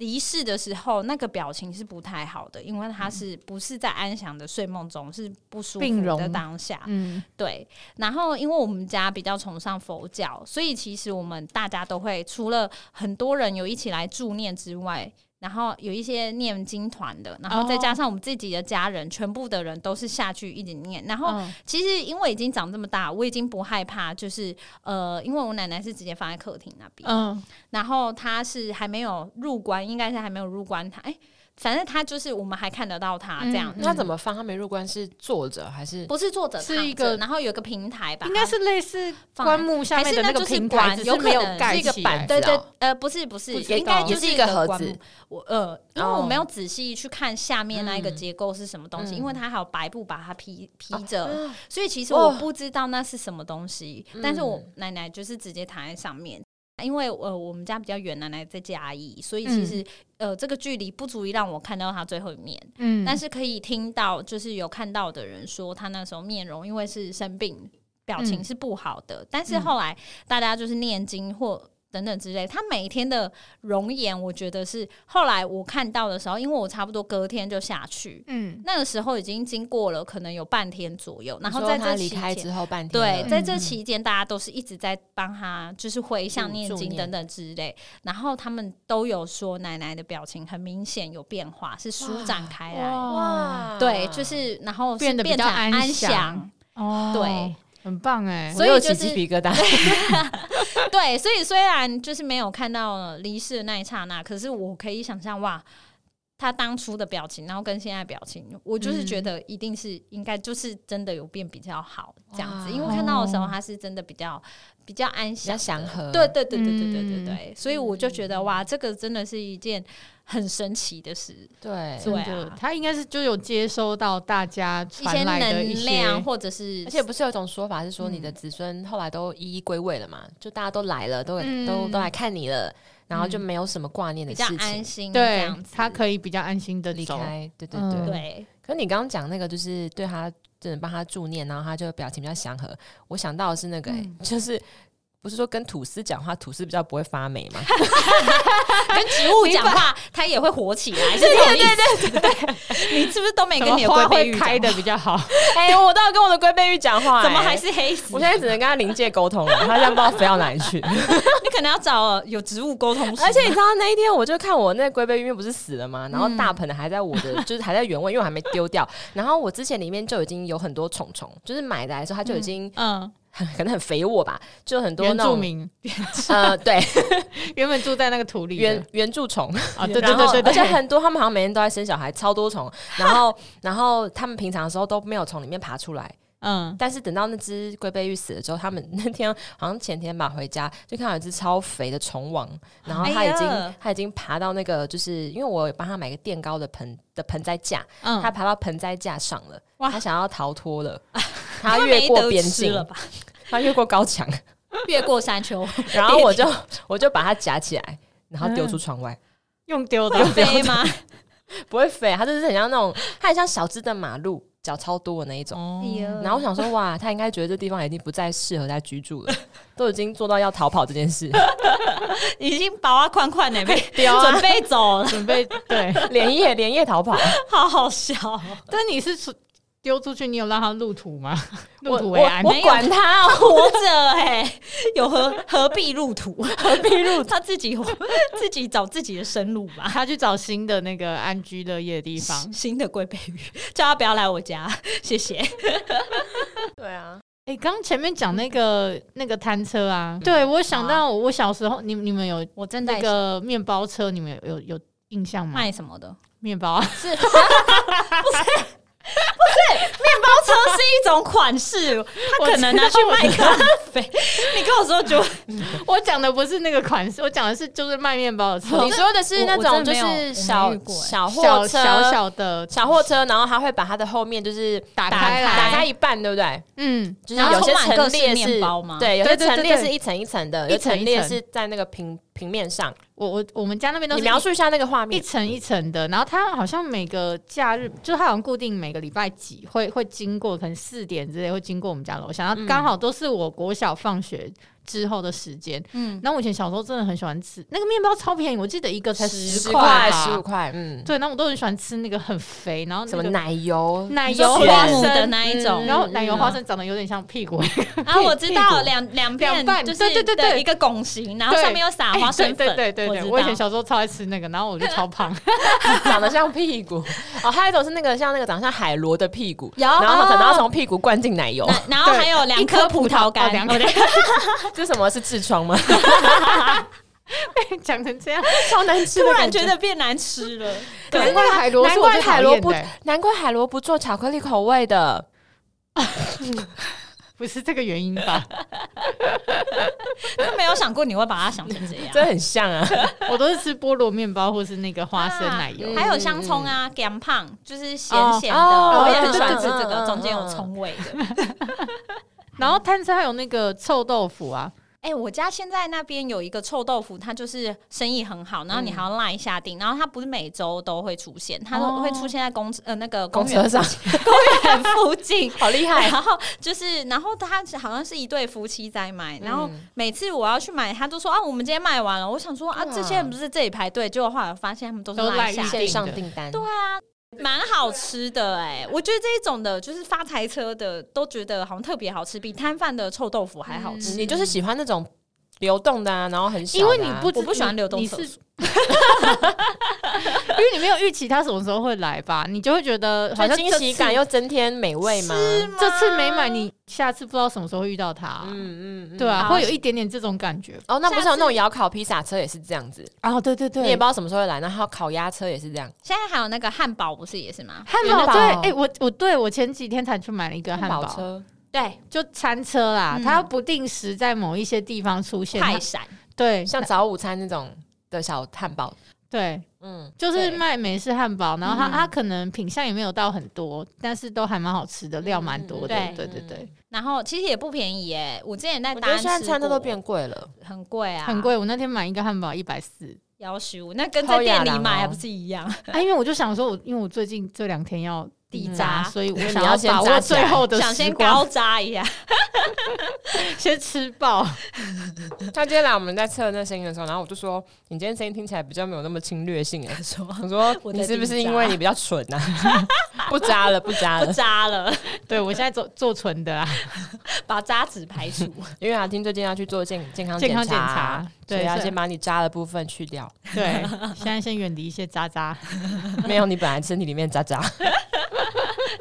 S2: 离世的时候，那个表情是不太好的，因为她是不是在安详的睡梦中，是不
S1: 嗯
S2: 舒
S1: 病
S2: 服的
S1: 容
S2: 当下，
S1: 嗯，
S2: 对，然后因为我们家比较崇尚佛教，所以其实我们大家都会，除了很多人有一起来助念之外，然后有一些念经团的，然后再
S1: 哦
S2: 加上我们自己的家人，全部的人都是下去一起念。然后
S1: 嗯
S2: 其实因为已经长这么大，我已经不害怕，就是呃，因为我奶奶是直接放在客厅那边，
S1: 嗯，
S2: 然后她是还没有入关，应该是还没有入关她，哎，反正她就是我们还看得到她这样
S1: 嗯
S2: 子。
S3: [LAUGHS] 那怎么放？他没入关是坐着还是？
S2: 不是坐着，
S1: 是
S2: 躺
S1: 一
S2: 着
S1: 个
S2: 然后有个平台吧，
S1: 应该是类似
S2: 嗯放
S1: 棺木下面的那个
S2: 还是那就是
S1: 平
S2: 管
S1: 台，只
S2: 有可
S1: 没有
S2: 能
S1: 盖
S3: 是一个
S1: 起
S3: 板
S1: 来
S3: 子
S2: 对对
S3: 哦，
S2: 呃，不是不是，
S3: 不是
S2: 应该
S3: 哦
S2: 就
S3: 也是一
S2: 一
S3: 个盒
S2: 棺
S3: 子
S2: 木。我呃，因为
S3: 哦
S2: 我没有仔细去看下面那一个结构是什么东西，
S3: 嗯
S2: 因为它还有白布把它披披着，
S3: 啊
S2: 所以其实
S3: 哇嗯
S2: 我不知道那是什么东西。但是我奶奶就是直接躺在上面。因为呃，我们家比较远，奶奶在嘉义，所以其
S3: 嗯
S2: 实、呃，这个距离不足以让我看到她最后一面，
S1: 嗯
S2: 但是可以听到，就是有看到的人说，她那时候面容因为是生病，表情
S1: 嗯
S2: 是不好的。但是后来大家就是念经或等等之类，他每天的容颜，我觉得是后来我看到的时候，因为我差不多隔天就下去，
S1: 嗯，
S2: 那个时候已经经过了可能有半天左右，然后
S3: 你说
S2: 在
S3: 他
S2: 这
S3: 离
S2: 期
S3: 开
S2: 间。
S3: 之后半天了，
S2: 对，在这
S1: 嗯
S2: 期间，大家都是一直在帮他，就是回向
S3: 助
S2: 念
S3: 助
S2: 经
S3: 念
S2: 等等之类。然后他们都有说，奶奶的表情很明显有变化，是舒展开来。
S1: 哇，
S2: 对，就是然后是
S1: 嗯变得比较
S2: 成
S1: 安
S2: 安
S1: 详
S2: 详，
S1: [LAUGHS] 哦，
S2: 对，
S1: 很棒哎，
S2: 所以
S3: 我又
S2: 就是
S3: 起鸡皮 [LAUGHS] 疙瘩。
S2: 对，所以虽然就是没有看到离世的那一刹那，可是我可以想象哇。他当初的表情，然后跟现在的表情，我就是
S1: 嗯
S2: 觉得一定是、应该就是真的有变比较好这样子，
S3: 哇
S2: 因为看到的时候
S1: 哦
S2: 他是真的比较比较安
S3: 比较
S2: 详的，
S3: 祥和，
S2: 对对对对对对对
S1: 嗯
S2: 对，所以我就觉得哇，这个真的是一件很神奇的事，
S3: 对
S2: 对啊
S1: 真的他应该是就有接收到大家
S2: 一
S1: 传
S2: 些
S1: 来的一
S2: 能
S1: 些
S2: 量或者是
S3: 而且不是有一种说法是说你的子孙后来都一一归位了嘛？就大家都来了，都、
S1: 嗯
S3: 都都来看你了，然后就没有什么挂念的
S2: 比较
S3: 事
S2: 安
S3: 情，
S2: 心这
S1: 对
S2: 样子，
S1: 他可以比较安心的
S3: 离
S1: 走。
S3: 开。对对
S1: 嗯
S3: 对。
S2: 对，
S3: 可你刚刚讲那个，就是对他真的帮他助念，然后他就表情比较祥和。我想到的是那个、欸 [LAUGHS] 就是不是说跟吐司讲话，吐司比较不会发霉嘛？
S2: 跟植物讲话，它也会活 [LAUGHS] 起来，是这种意思。对， [LAUGHS] 你是不是都没跟
S1: 什
S2: 你的
S1: 么
S2: 龟
S1: 花
S2: 背
S1: 会
S2: 玉
S1: 开的
S2: 讲
S1: 比较好？
S3: 哎、我到跟我的龟背玉讲话、
S2: 话？哎怎么
S3: 欸
S2: 还？是黑死？
S3: 我现在只能跟他临界沟通了，他现在不知道飞到哪里去。
S2: 你可能要找有植物沟通师，
S3: 而且你知道那一天，我就看我那个龟背玉面不是死了吗？然后大盆的还在我的，就是还在原位，因为我还没丢掉。然后我之前里面就已经有很多虫虫，就是买的来的时候它就已经
S2: [LAUGHS] 嗯，
S3: 很、可能很肥沃吧，就有很多
S1: 原
S3: 那
S1: 住
S3: 种
S1: 民 [LAUGHS]
S3: 呃对
S1: 原本住在那个土里的
S3: 原原住虫，
S1: 啊，对对
S3: 然后
S1: 对对
S3: 而且
S1: 对，
S3: 很多他们好像每天都在生小孩，超多虫。然后然后他们平常的时候都没有从里面爬出来，
S1: 嗯，
S3: 但是等到那只龟背玉死了之后，他们 [LAUGHS] 那天好像前天吧回家就看到有一只超肥的虫王，然后它
S2: 哎呀
S3: 已经、它已经爬到那个，就是因为我有帮它买个垫高的盆的盆栽架，
S1: 嗯啊
S3: 它爬到盆栽架上了，
S2: 哇
S3: 它想要逃脱了，
S2: 他
S3: 它越过边境
S2: 了，吧？
S3: 它越过高墙，
S2: [LAUGHS]
S3: [LAUGHS]
S2: 越过山 [LAUGHS] 丘，
S3: 然后我就我就把它夹起来。然后丢
S1: 嗯
S3: 出窗外，
S1: 用丢的
S2: 会飞吗？
S3: 不会飞，它就是很像那种，它很像小只的马路，脚超多的那一种。
S1: 哦
S2: 哎呦
S3: 然后我想说，哇，它应该觉得这地方已经不再适合它居住了， [LAUGHS] 都已经做到要逃跑这件事。
S2: 已经把啊宽宽 [LAUGHS] 的被
S1: 丢啊
S2: 准备走了，
S1: 准 [LAUGHS] 备对。
S3: 连夜连夜逃跑，
S1: [LAUGHS]
S2: 好好笑哦。
S1: 但你是出丢出去，你有让它入土 [LAUGHS] 吗？入
S3: 我
S1: 土
S3: 我
S1: 为安，啊
S3: 我
S2: 没有
S3: 管他哦，
S2: 活着哎、有何何必入土？
S3: 何必入
S2: 他自己 [LAUGHS] 自己找自己的生路吧。
S1: 他去找新的那个安居乐业的地 [LAUGHS] 方。
S2: 新的龟背鱼，叫他不要来我家，谢谢。
S3: 对啊，
S1: 哎，刚前面讲那个那个摊车啊，嗯对我想到我小时候，你你们有
S2: 我正
S1: 那
S2: 在
S1: 个面包车，你们有有有印象吗？ [LAUGHS]
S2: 卖什么的？
S1: 面包啊，
S2: 是不是包车是一种款式，他可能拿去卖咖啡。你跟我说就
S1: 我讲的不是那个款式，我讲的是就是卖面包的车，
S3: 你说的是那
S2: 我我
S3: 种
S2: 真的没
S3: 就
S2: 有我没
S3: 是小
S2: 遇过欸
S3: 小
S1: 小
S3: 货车
S1: 小小的，
S3: 小货车，然后它会把它的后面就是
S1: 打
S2: 开来
S3: 打开一半，对不对？
S1: 嗯，
S3: 就是
S2: 然后
S3: 有些
S2: 充满各
S3: 陈
S2: 式
S3: 列
S2: 面
S3: 是
S2: 包吗
S3: 对，有些
S1: 对对
S3: 陈
S1: 对
S3: 列
S1: 对
S3: 是一层一层的，
S1: 一
S3: 有
S1: 层
S3: 陈列
S1: 一层
S3: 是在那个平平面上。
S1: 我我我们家那边都
S3: 你
S1: 是
S3: 描述一下那个画
S1: 一
S3: 面，
S1: 层一层的，然后它好像每个假日，就是它好像固定每个礼拜几会会经过，可能四点之类会经过我们家楼下，然
S2: 嗯
S1: 后刚好都是我国小放学之后的时间。
S2: 嗯，
S1: 然后我以前小时候真的很喜欢吃那个面包，超便宜，我记得一个才
S3: 十
S1: 块
S3: 块、
S1: 吧
S3: 十五。块，嗯，
S1: 对，然后我都很喜欢吃那个很肥，然后那
S3: 什么
S1: 个
S3: 奶油，
S1: 奶
S2: 你说
S1: 油
S3: 卷
S1: 花
S2: 母
S1: 生
S2: 的那一种，
S1: 然后奶油花
S2: 嗯
S1: 生长得有点像屁
S2: [LAUGHS]
S1: 股，
S2: 啊，我知道
S1: 屁股
S2: 两两
S1: 两
S2: 片
S1: 半
S2: 就是
S1: 对对对
S2: 的
S1: 对
S2: 一个拱形，然后上面又撒花生粉，
S1: 对对对对对，
S2: 知
S1: 我以前
S2: 道
S1: 小时候超爱吃那个，然后我就超
S2: [LAUGHS]
S1: 胖，
S3: [LAUGHS] 长得像屁股。 [LAUGHS] 哦，还有一种是那个像那个长得像海螺的屁股，
S2: 有
S3: 然后可能要
S2: 哦
S3: 从屁股灌进奶油，
S2: 那然后
S1: 对
S2: 还有两
S1: 一
S2: 颗
S1: 颗
S2: 葡
S1: 葡
S2: 萄
S1: 萄
S2: 干
S1: 哦，两
S2: 哦对
S3: 这什么是痔疮 [LAUGHS] 吗？
S1: [LAUGHS] 讲成这样，
S3: 超难吃
S2: 突
S3: 的
S2: 然
S3: 感
S2: 觉得变难吃了。
S3: 可是
S1: 难怪
S3: 那个
S1: 海螺是
S3: 难
S1: 我
S3: 怪
S1: 最讨
S3: 海螺
S1: 厌
S3: 不
S1: 的欸，
S3: 难怪海螺不做巧克力口味的。 [LAUGHS]
S1: 不是这个原因吧？ [LAUGHS]
S2: 没有想过你会把它想成这样。
S3: 真的很像啊！
S1: 我都是吃菠萝面包或是那个花生奶油
S3: 嗯。
S2: 还有香葱啊，干胖就是咸咸的，
S3: 哦
S2: 我也很喜欢
S3: 对
S2: 吃
S3: 对对
S2: 这
S3: 嗯
S2: 个，
S3: 嗯
S2: 中间有葱味的。
S1: 然后摊车还有那个臭豆腐啊，
S2: 哎，我家现在那边有一个臭豆腐，它就是生意很好，然
S1: 嗯
S2: 后你还要赖下订，然后它不是每周都会出现，它都
S1: 哦
S2: 会出现在公呃那个
S3: 公
S2: 公园
S3: 车上
S2: 很附近。
S3: [LAUGHS]
S2: [LAUGHS]
S3: 好厉害，
S2: 然后就是，然后他好像是一对夫妻在买，然后
S1: 嗯
S2: 每次我要去买，他都说啊，我们今天卖完了。我想说啊，
S3: 哇
S2: 这些人不是这里排队，结果后来我发现他们都是
S1: 都
S2: 拉
S1: 赖
S2: 下
S1: 一
S2: 订
S1: 些
S3: [LAUGHS] 线上订单，
S2: 对啊，蛮好吃的哎、我觉得这一种的，就是发财车的，都觉得好像特别好吃，比摊贩的臭豆腐还好
S1: 嗯
S2: 吃。
S3: 你就是喜欢那种流动的啊，然后很小的
S1: 因
S3: 啊
S1: 为你不知
S2: 我不喜欢流动
S1: 你
S2: 厕
S1: 是，
S2: 所
S1: [LAUGHS] 因为你没有预期他什么时候会来吧，你就会觉得好
S3: 好
S1: 像
S3: 像惊喜感又增添美味嘛。
S1: 这次没买，你下次不知道什么时候会遇到他，
S3: 嗯嗯，嗯
S1: 对。啊，
S2: 好
S1: 会有一点点这种感觉。
S3: 哦，那不是有那种窑烤披萨车也是这样子，
S1: 哦，对对对
S3: 你也不知道什么时候会来，然后烤鸭车也是这样，
S2: 现在还有那个汉堡，不是也是吗？
S1: 汉
S3: 汉
S1: 堡
S3: 堡
S1: 对，哎、我我对我前几天才去买了一个汉堡，
S3: 车
S2: 对，
S1: 就餐车啦
S2: 嗯，
S1: 它不定时在某一些地方出现，
S2: 泰
S1: 它
S2: 山
S1: 对，
S3: 像早午餐那种的小汉堡，
S1: 对，
S3: 嗯，
S1: 就是
S2: 对
S1: 卖美式汉堡，然后它
S2: 嗯
S1: 它可能品相也没有到很多，但是都还蛮好吃的，料蛮多的
S2: 嗯，
S1: 对对
S3: 嗯
S1: 对，
S2: 然后其实也不便宜耶、我之前在
S3: 我觉
S2: 达
S3: 得
S2: 安
S3: 现在
S2: 吃
S3: 餐都
S2: 过
S3: 都变贵 [LAUGHS] 了，
S2: 很贵啊，
S1: 很，贵。我那天买一个汉堡一百四，
S2: 幺十五，那跟在
S3: 超
S2: 店
S3: 雅
S2: 里
S3: 郎
S2: 买还
S3: 哦
S2: 不是一样？
S1: 啊，因为我就想说我，因为我最近这两天要地
S2: 嗯
S1: 扎，
S2: 啊
S1: 所以我
S3: 你
S1: 想
S3: 要先
S1: 把
S3: 扎
S1: 握
S3: 起来
S1: 最后的
S2: 想先
S1: 时光
S2: 高扎一下，
S1: [LAUGHS] 先吃饱。
S3: 像今天来我们在测那声音的时候，然后我就说你今天声音听起来比较没有那么侵略性哎， [LAUGHS] 我说我
S2: 我
S3: 说
S2: 在
S3: 你是不是
S2: 定
S3: 因
S2: 价
S3: 为你比较蠢啊？ [LAUGHS] 不扎了，不扎
S2: 不
S3: 了，
S2: 扎了，
S1: 对我现在做做纯的啊，
S2: 把渣子排除。
S3: 因为阿听最近要去做健健康
S1: 健康
S3: 检
S1: 检查
S3: 所以
S1: 对
S3: 要
S1: 所以
S3: 先把你扎的部分去 [LAUGHS] 掉，
S1: 对，现在先远离一些渣渣。
S3: 没有你本来身体里面渣渣。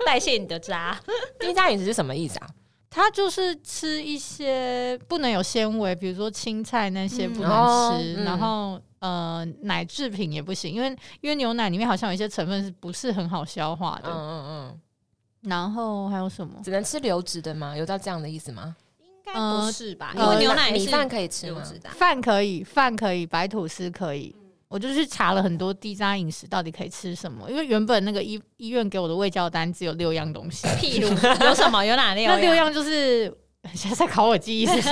S2: 代谢你的渣。
S3: 低渣饮食是什么意思啊？
S1: 它就是吃一些不能有纤维，比如说青菜那些
S2: 嗯
S1: 不
S3: 哦
S1: 能吃，
S3: 嗯
S1: 然后呃奶制品也不行，因为因为牛奶里面好像有一些成分是不是很好消化
S3: 嗯
S1: 的。
S3: 嗯嗯，
S1: 然后还有什么？
S3: 只能吃流质的吗？有到这样的意思吗？
S2: 应该
S1: 呃
S2: 不是吧？因
S1: 呃
S2: 为牛奶
S3: 米
S2: 是
S3: 饭可以吃
S2: 流
S3: 吗？
S2: 质的啊。
S1: 饭可以，饭可以，白吐司可以。我就去查了很多低渣饮食到底可以吃什么，因为原本那个医医院给我的胃教单只有六样东西，
S2: 譬如有什么？有哪六？
S1: 那六。样就是。 [LAUGHS] 现在在考我记忆是不
S3: [LAUGHS]
S1: 是？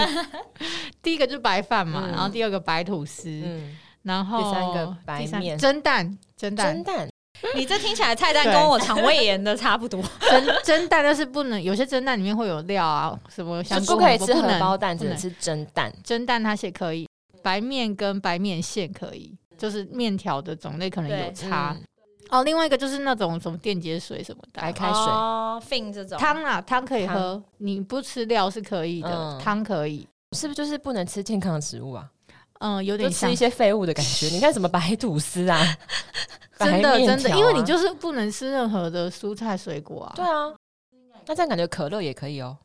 S1: 第一个就是白饭嘛，
S3: 嗯
S1: 然后第二个白吐司，
S3: 嗯，
S1: 然后
S3: 第三个白
S1: 第三
S3: 面
S1: 蒸蛋，蒸蛋
S3: 蒸，蛋
S2: 你这听起来菜单
S1: 对
S2: 跟我肠胃炎的差不多。
S1: 蒸蒸蛋，但是不能有些蒸蛋里面会有料啊，什么香
S3: 就
S1: 菇
S3: 不可以
S1: 萝
S3: 吃
S1: 卜
S3: 荷
S1: 能
S3: 包蛋，
S1: 不
S3: 只能
S1: 能
S3: 吃蒸蛋。
S1: 蒸蛋它写可以，白面跟白面线可以，就是面条的种类可能
S2: 对
S1: 有差
S3: 嗯。
S1: 哦，另外一个就是那种什么电解水什么的
S3: 白
S1: 啊。
S3: 开水
S2: 哦，fin 这种
S1: 汤啊，汤可以
S3: 汤
S1: 喝，你不吃料是可以的
S3: 嗯，
S1: 汤可以，
S3: 是不是就是不能吃健康的食物啊？
S1: 嗯，有
S3: 就
S1: 点
S3: 吃
S1: 像
S3: 一，些废物的感觉。你看什么白吐司 [LAUGHS] 啊，
S1: 真
S3: 白
S1: 的
S3: 面
S1: 真的，
S3: 条啊
S1: 因为你就是不能吃任何的蔬菜水果啊
S3: 对，啊。那这样感觉可乐也可以哦，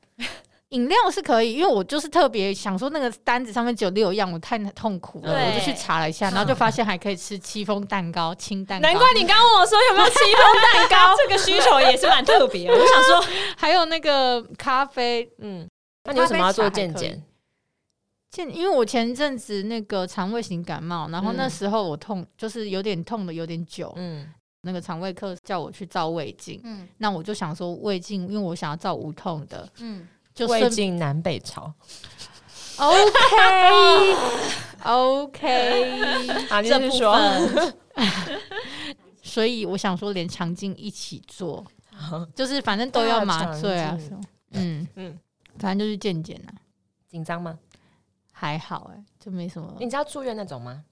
S1: 饮料是可以，因为我就是特别想说那个单子上面只有六样，我太痛苦了，
S2: 对
S1: 我就去查了一下，然后就发现还可以吃戚风蛋糕、清蛋糕，
S2: 难怪你刚问我说有没有戚风蛋糕， [LAUGHS] 这个需求也是蛮特别的。我想说，
S1: 还有那个咖啡
S3: 嗯，那你为什么要做健检？
S1: 健，因为我前阵子那个肠胃型感冒，然后那
S3: 嗯
S1: 时候我痛，就是有点痛的有点久，
S3: 嗯
S1: 那个肠胃科叫我去照胃镜，
S2: 嗯
S1: 那我就想说胃镜，因为我想要照无痛的，
S2: 嗯，
S1: 就 [LAUGHS]
S3: 魏
S1: 顺
S3: 晋南北朝
S1: OK [LAUGHS] OK，
S3: [LAUGHS] 啊，你
S2: 这
S3: 是
S2: 部
S3: 说
S2: 分
S1: 所以我想说连肠镜一起
S3: [LAUGHS]
S1: 做，就是反正都要麻醉啊
S3: 大肠，镜
S1: 什么嗯嗯
S3: 嗯，
S1: 反正就是健检啊，
S3: [LAUGHS] 紧张吗？
S1: 还好哎、就没什么，
S3: 你知道住院那种吗？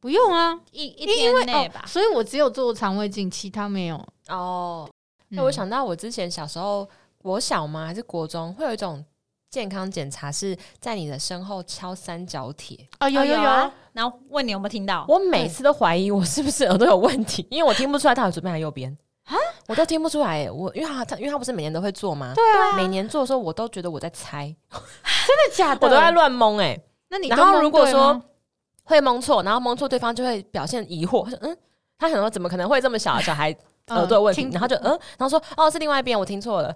S1: 不用啊，
S2: 一一天内吧
S1: 哦，。所以我只有做肠胃镜，其他没有。
S3: 哦，
S1: 嗯
S3: 那我想到我之前小时候，国小吗？还是国中，会有一种健康检查是在你的身后敲三角铁。
S1: 哦，有有有啊，
S2: 然后问你有没有听到？
S3: 我每次都怀疑我是不是耳朵有问题，因为我听不出来他有左边还是右边我都听不出来耶。我因为他他因为他不是每年都会做吗？对啊，每年做的时候我都觉得我在猜，
S1: 真的假的？
S3: 我都在乱蒙哎，
S1: 那你
S3: 然
S1: 都
S3: 后
S1: 蒙
S3: 如果
S1: 对
S3: 说
S1: 吗
S3: 会蒙错，然后蒙错对方就会表现疑惑，他说嗯，他想说怎么可能会这么小的小孩
S1: 嗯
S3: 耳朵有呃问题
S1: 听，啊
S3: 然后就嗯，然后说哦是另外一边我听错了，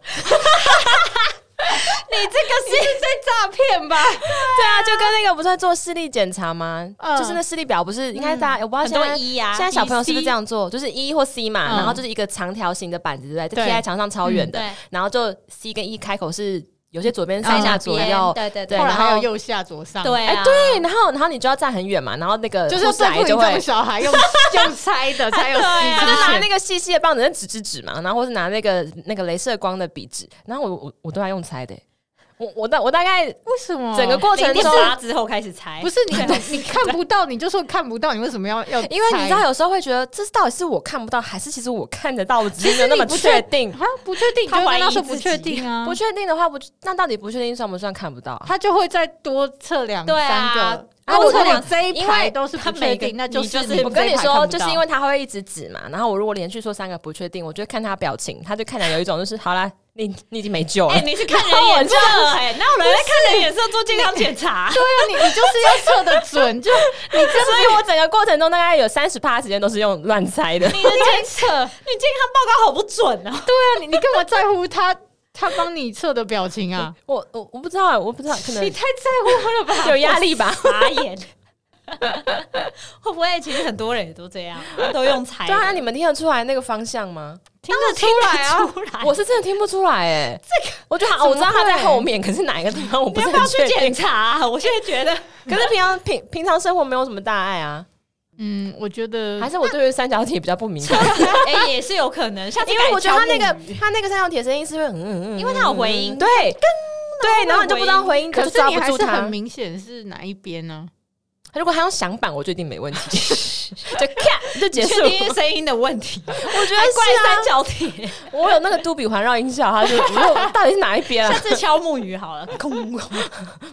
S2: 你这个是
S1: 诈骗吧？
S3: 对啊，就跟那个不是在做视力检查吗？
S1: 嗯
S3: 就是那视力表不是应该大家我不知
S2: 很
S3: 道现
S2: 多
S3: 在。
S2: 一呀，
S3: 现在小朋友是不是
S1: BC
S3: 这样做？就是 E 或 C 嘛，
S1: 啊嗯
S3: 然后就是一个长条形的板子，对不
S1: 对
S3: 对？
S1: 嗯
S3: 就贴在墙上超远的，
S2: 对
S3: 然后就 C 跟 E 开口是有些左边
S1: 上
S3: 三
S1: 下
S3: 下
S2: 那
S3: 左
S2: 边
S3: 右，
S2: 嗯对对
S3: 对
S1: 后来
S3: 然后
S1: 还有右下左上，，
S2: 对啊，
S3: 对，然后然后你就要站很远嘛，然后那个
S1: 就是
S3: 护士
S1: 对
S3: 阿
S1: 付
S3: 姨
S1: 你
S3: 就
S1: 这
S3: 会
S1: 种小孩
S3: [LAUGHS]
S1: 用用猜的才有
S3: 他就拿
S1: 戏
S3: 那个细细的棒子跟纸纸纸嘛，然后或是拿那个那个镭射光的笔纸，然后我我我都在用猜的、欸我我大我大概
S1: 为什么
S3: 整个过程
S2: 零点
S3: 中，
S2: 八之后开始猜，啊
S1: 不是你
S3: [LAUGHS]
S1: 你看不到，你就说看不到，你为什么要要？
S3: 因为你知道有时候会觉得这到底是我看不到，还是其实我看得到，我只是没有那么
S1: 其实
S3: 确定。
S1: 啊，不确定，你就
S2: 他
S1: 会
S2: 怀
S1: 跟
S2: 疑
S1: 他说不
S2: 自己
S1: 确定啊
S3: 不，确定的话，不那到底不确定算不算看不到啊？
S1: 他就会再多测两
S2: 对
S1: 三
S2: 啊
S1: 个。
S3: 啊
S1: 如
S3: 我
S1: 果
S3: 如
S1: 你
S3: 果
S1: 这一
S3: 因
S1: 排
S3: 为
S1: 都是
S2: 他
S1: 不确
S2: 每个
S1: 定，那
S2: 你
S1: 就
S2: 就是是
S1: 你
S3: 我跟
S1: 这一
S3: 你
S1: 排看
S3: 说，
S1: 不
S3: 就是
S1: 到
S3: 因为他会一直指嘛，然后我如果连续说三个不确定，我就会看他表情，他就看起来有一种就是好啦，你你已经没救
S2: [LAUGHS]
S3: 了。
S2: 哎，你是看人眼色哎，那有人在看人眼色做健康检查？
S1: 对啊，你你就是要测的准，就 [LAUGHS] 啊
S3: [LAUGHS] 所以我整个过程中大概有三十趴时间都是用乱猜 [LAUGHS]
S2: [LAUGHS]
S3: 的。
S2: 你的检测，你健康报告好不准哦。
S1: 对啊，你你干嘛在乎他他帮你测的表情啊？
S3: 我我我不知道，我不知道，可能
S1: 你太在乎他了吧？
S2: [LAUGHS]
S3: 有压力吧？
S2: 傻眼。 [LAUGHS] 会不会其实很多人也都这样，都用猜的？
S3: 对啊，那你们听得出来那个方向吗？
S1: 听得出来啊！
S2: 出来
S3: 我是真的听不出来哎、这个我觉得好我知道
S1: 怎么
S3: 他
S1: 会
S3: 在后面，可是哪一个地方我不
S2: 你要
S3: 是
S2: 不要
S3: 很
S2: 去
S3: 确
S2: 检
S3: 定。
S2: 查啊、我现在觉得，
S3: 可是平常平平常生活没有什么大碍啊，
S1: 嗯，我觉
S3: 还
S1: 得
S3: 是我对于三角铁比较
S1: [LAUGHS]
S3: 不敏感，
S2: 哎、也是有可能。下次
S3: 因为我觉得他那
S2: 改敲
S3: 个
S2: 木
S3: 他那个三角铁声音是会嗯嗯嗯，
S2: 因为它有回音
S3: 嗯对对，然后你就不知道回音，
S1: 可
S3: 就是抓
S1: 你
S3: 不
S1: 还
S3: 住
S1: 是
S3: 它
S1: 很。明显是哪一边啊呢？
S3: 如果他用响板，我就一定没问题， [LAUGHS] 就咔就结束。
S2: 确定声音的
S1: [LAUGHS]
S2: 问题，
S1: 啊
S3: 我觉得
S2: 还怪三
S3: 是啊，
S2: 角铁。
S3: 我有那个杜比环绕音效，他就我说到底是哪一边
S2: 下
S3: [LAUGHS] 啊？
S2: 次敲木鱼好了，空空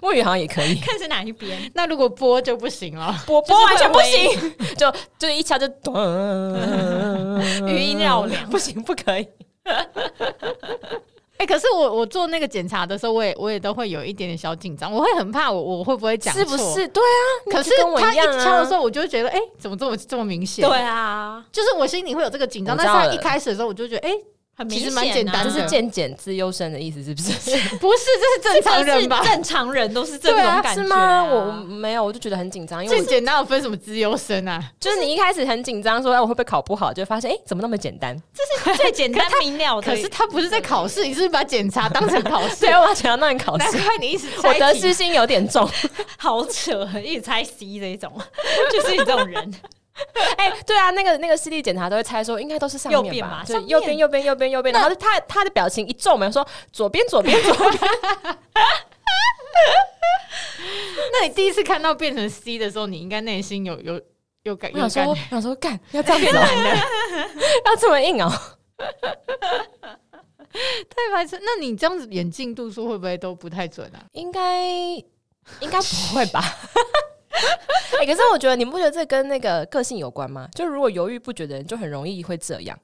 S3: 木鱼好像也可以。
S2: 看是哪一边。
S1: 那如果播就不行了。
S3: 我
S2: 就是
S3: 播完全不
S2: 会
S3: 行， [LAUGHS] 就就一敲就咚， [LAUGHS]
S1: 嗯
S2: 余音绕梁
S3: 不行，不可以。
S1: [LAUGHS] 哎、可是我我做那个检查的时候，我也我也都会有一点点小紧张，我会很怕我我会不会讲
S3: 是
S1: 错，
S3: 不是？？对啊，
S1: 可是
S3: 你就跟我
S1: 他
S3: 一
S1: 一
S3: 样啊
S1: 敲的时候，我就会觉得，哎、怎么这么这么明显？
S2: 对，啊，
S1: 就是我心里会有这个紧张，
S3: 我
S1: 但
S3: 知
S1: 是
S3: 道
S1: 他一
S3: 了
S1: 开始的时候，我就觉得，哎、
S2: 很
S1: 其
S2: 明
S1: 实
S2: 显、啊，
S1: 蛮简单
S3: 这
S1: 的
S3: 是渐减自优生的意思，是不是？
S1: 不是，这是正常人吧
S2: 这？是正常人都是这种
S1: 对啊
S2: 感觉、
S3: 是吗？我没有，我就觉得很紧张，因为
S1: 最
S3: 我
S1: 简单的分什么资优生啊？
S3: 就是你一开始很紧张，说哎我会不会考不好，就发现哎怎么那么简 [LAUGHS] 单？
S2: 这是最简单明
S3: 哦
S2: 了的。
S1: 可是他不是在考试，你是不是把检查当成考
S3: [LAUGHS]
S1: 试
S3: 所以？啊我要想要让你考
S1: 难
S3: 试，
S1: 怪你一直
S3: [LAUGHS] 我
S1: 猜
S3: 得
S1: 题
S3: 失心有点重。
S2: 好扯，一直猜 C 这一种，就是你这种
S1: [LAUGHS]
S2: 人。
S3: [LAUGHS] 哎，对啊，那个那个视力检查都会猜说应该都是上
S2: 右
S3: 面
S2: 边
S3: 吧
S2: 吧，
S3: 就
S2: 上面
S3: 右边右边右边右边，然后他他的表情一皱眉说左边左 [LAUGHS] 边左边。
S1: 那你第一次看到变成 C 的时候，你应该内心有有有感
S3: 我
S1: 有
S3: 想 [LAUGHS]
S1: 感
S3: 说，想说干要这样子、哦， [LAUGHS] 要这么硬哦。
S1: 太白痴。那你这样子眼镜度数会不会都不太准啊？
S3: 应该应该不会吧？ [LAUGHS] 哎、可是我觉得你不觉得这跟那个个性有关吗？就如果犹豫不决的人，就很容易会这样。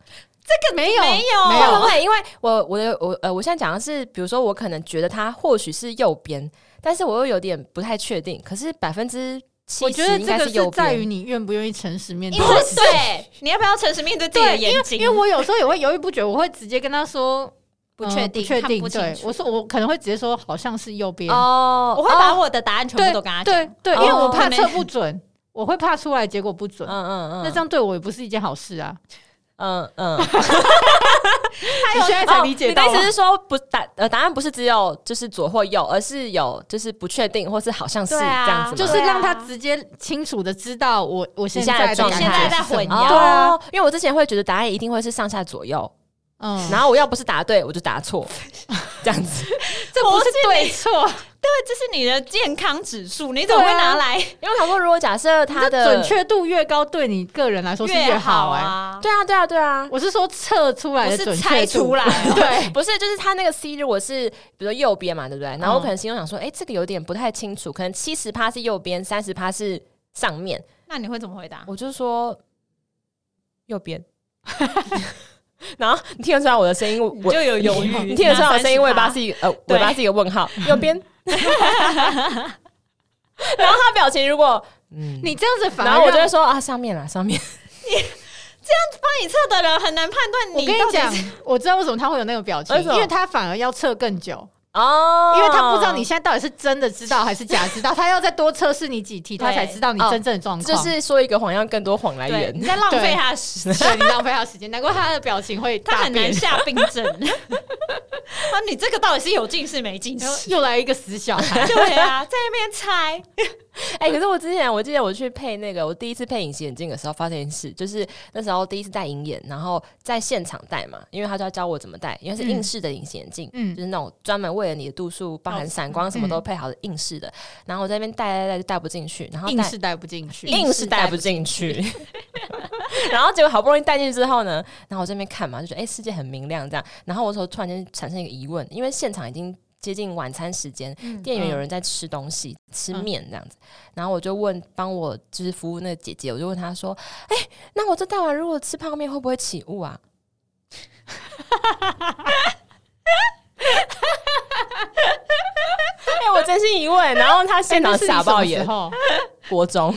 S1: 这个没有
S2: 没有
S1: 没
S3: 会不
S1: 有，
S3: 会？因为我我的我呃，我现在讲的是，比如说我可能觉得它或许是右边，但是我又有点不太确定。可是百分之七
S1: 我
S3: 十
S1: 觉得
S3: 应
S1: 这
S3: 该
S1: 个
S3: 右
S1: 是在于
S3: 边。
S1: 你愿不愿意诚实面
S2: 因
S1: 对
S2: 为
S1: 自己。
S2: 对，你要不要诚实面对自己的
S1: 对，因
S2: 眼
S1: 为
S2: 睛？
S1: 因为我有时候也会犹豫不决，我会直接跟他说
S2: 不
S1: 呃
S2: 确定，
S1: 不确
S2: 看
S1: 定。
S2: 不清
S1: 对，
S2: 楚
S1: 我说我可能会直接说好像是右边，
S3: 哦
S2: 我会把我的答案全
S1: 对
S2: 部都跟他讲。
S1: 对对，因
S3: 哦
S1: 为我怕
S2: 可能
S1: 测不准，我会怕出来结果不准
S3: 嗯。嗯嗯，
S1: 那这样对我也不是一件好事啊！
S3: 嗯嗯，
S1: 你现在才
S2: 哦
S1: 理解
S3: 你
S1: 到
S3: 的
S1: 啊
S3: 意
S1: 吗
S3: 思是说不答呃答案不是只有就是左或右，而是有就是不确定或是好像是这
S2: 对啊
S3: 样子吗，
S1: 就是
S2: 对啊
S1: 让他直接清楚的知道我我现
S3: 现在
S1: 在
S3: 的
S1: 的
S3: 状
S1: 感
S3: 态
S1: 觉
S2: 现在在
S1: 是什
S2: 混
S1: 么
S2: 淆
S1: 对啊，
S3: 哦，因为我之前会觉得答案一定会是上下左右，
S1: 嗯，
S3: 然后我要不是答对我就答错，这样子，
S1: 这不是对错，
S2: 对，这是你的健康指数，你怎么会
S1: 对啊
S2: 拿来
S3: [LAUGHS] 因为我想说如果假设它
S1: 这
S3: 的
S1: 准确度越高，对你个人来说是
S2: 越
S1: 好哎、
S2: 啊？
S3: 对啊对啊对啊，
S1: 我是说测出来
S2: 不
S1: 的
S2: 是
S1: 准
S2: 猜
S1: 确度
S3: [LAUGHS]
S2: 出来哦
S1: 对，
S3: 不是，就是它那个 C 如果是比如说右边嘛，对不对？然后我可能心中想说，哎、这个有点不太清楚，可能七十趴是右边，三十趴是上面，
S2: 那你会怎么回答？
S3: 我就说右边。 [LAUGHS] 然后你听得出来我的声音，
S2: 你
S3: 我
S2: 就有犹豫。
S3: 你听得出来我的声音
S2: 那
S3: 尾巴
S2: 30%
S3: 是一个呃
S2: 对
S3: 尾巴是一个问号，右边。 [LAUGHS] 然后他表情如果嗯，
S1: 你这样子反而
S3: 然后我就
S1: 让
S3: 会说啊上面啦上面，
S2: 帮你测的人很难判断
S1: 我
S2: 你
S1: 跟
S2: 到
S1: 你
S2: 底是。
S1: 讲，我知道为什么他会有那个表情，
S3: 为什么
S1: 因为他反而要测更久，
S3: 哦
S1: 因为他不知道你现在到底是真的知道还是假知道，他要再多测试你几题，他
S2: 对
S1: 才知道你
S3: 哦
S1: 真正的状
S3: 就
S1: 况。 [LAUGHS]
S3: 是说一个谎要更多 [LAUGHS] 谎来
S2: 对，
S3: 源
S2: 你。在浪
S1: 对
S2: 费他的时间，
S1: 对你浪费他时间，难怪他的表情会
S2: 他
S1: 大
S2: 很
S1: 变
S2: 难。下病
S3: [LAUGHS]
S2: 症。啊，你这个到底是有近视没近
S1: 然后
S2: 视？
S1: 又来一个死小
S2: [LAUGHS]
S1: 孩，
S2: 对啊，在那边
S3: [LAUGHS]
S2: 猜，
S3: 哎、可是我之前我记得我去配那个，我第一次配隐形眼镜的时候，发现一件事，就是那时候第一次戴隐眼，然后在现场戴嘛，因为他就要教我怎么戴，因为是硬式的隐形眼镜，
S1: 嗯哦
S3: 就是那种专门为了你的度数，包含闪光什么都配好的硬式的。然后我在那边戴戴戴就戴不进去，然后
S1: 硬
S3: 戴
S1: 是带不进去。
S3: 硬是戴不进去。 [LAUGHS] 然后结果好不容易戴进去之后呢，然后我这边看嘛，就觉得哎、世界很明亮这样。然后我说突然间产生一个疑问，因为现场已经接近晚餐时间，店员有人在吃东西，吃面这样子。然后我就问帮我就是服务那个姐姐，我就问她说：“哎、那我这戴完如果吃泡面会不会起雾啊？” [LAUGHS] 哎、我真心疑问，然后她现场傻爆眼
S1: 之，后，
S3: 国中，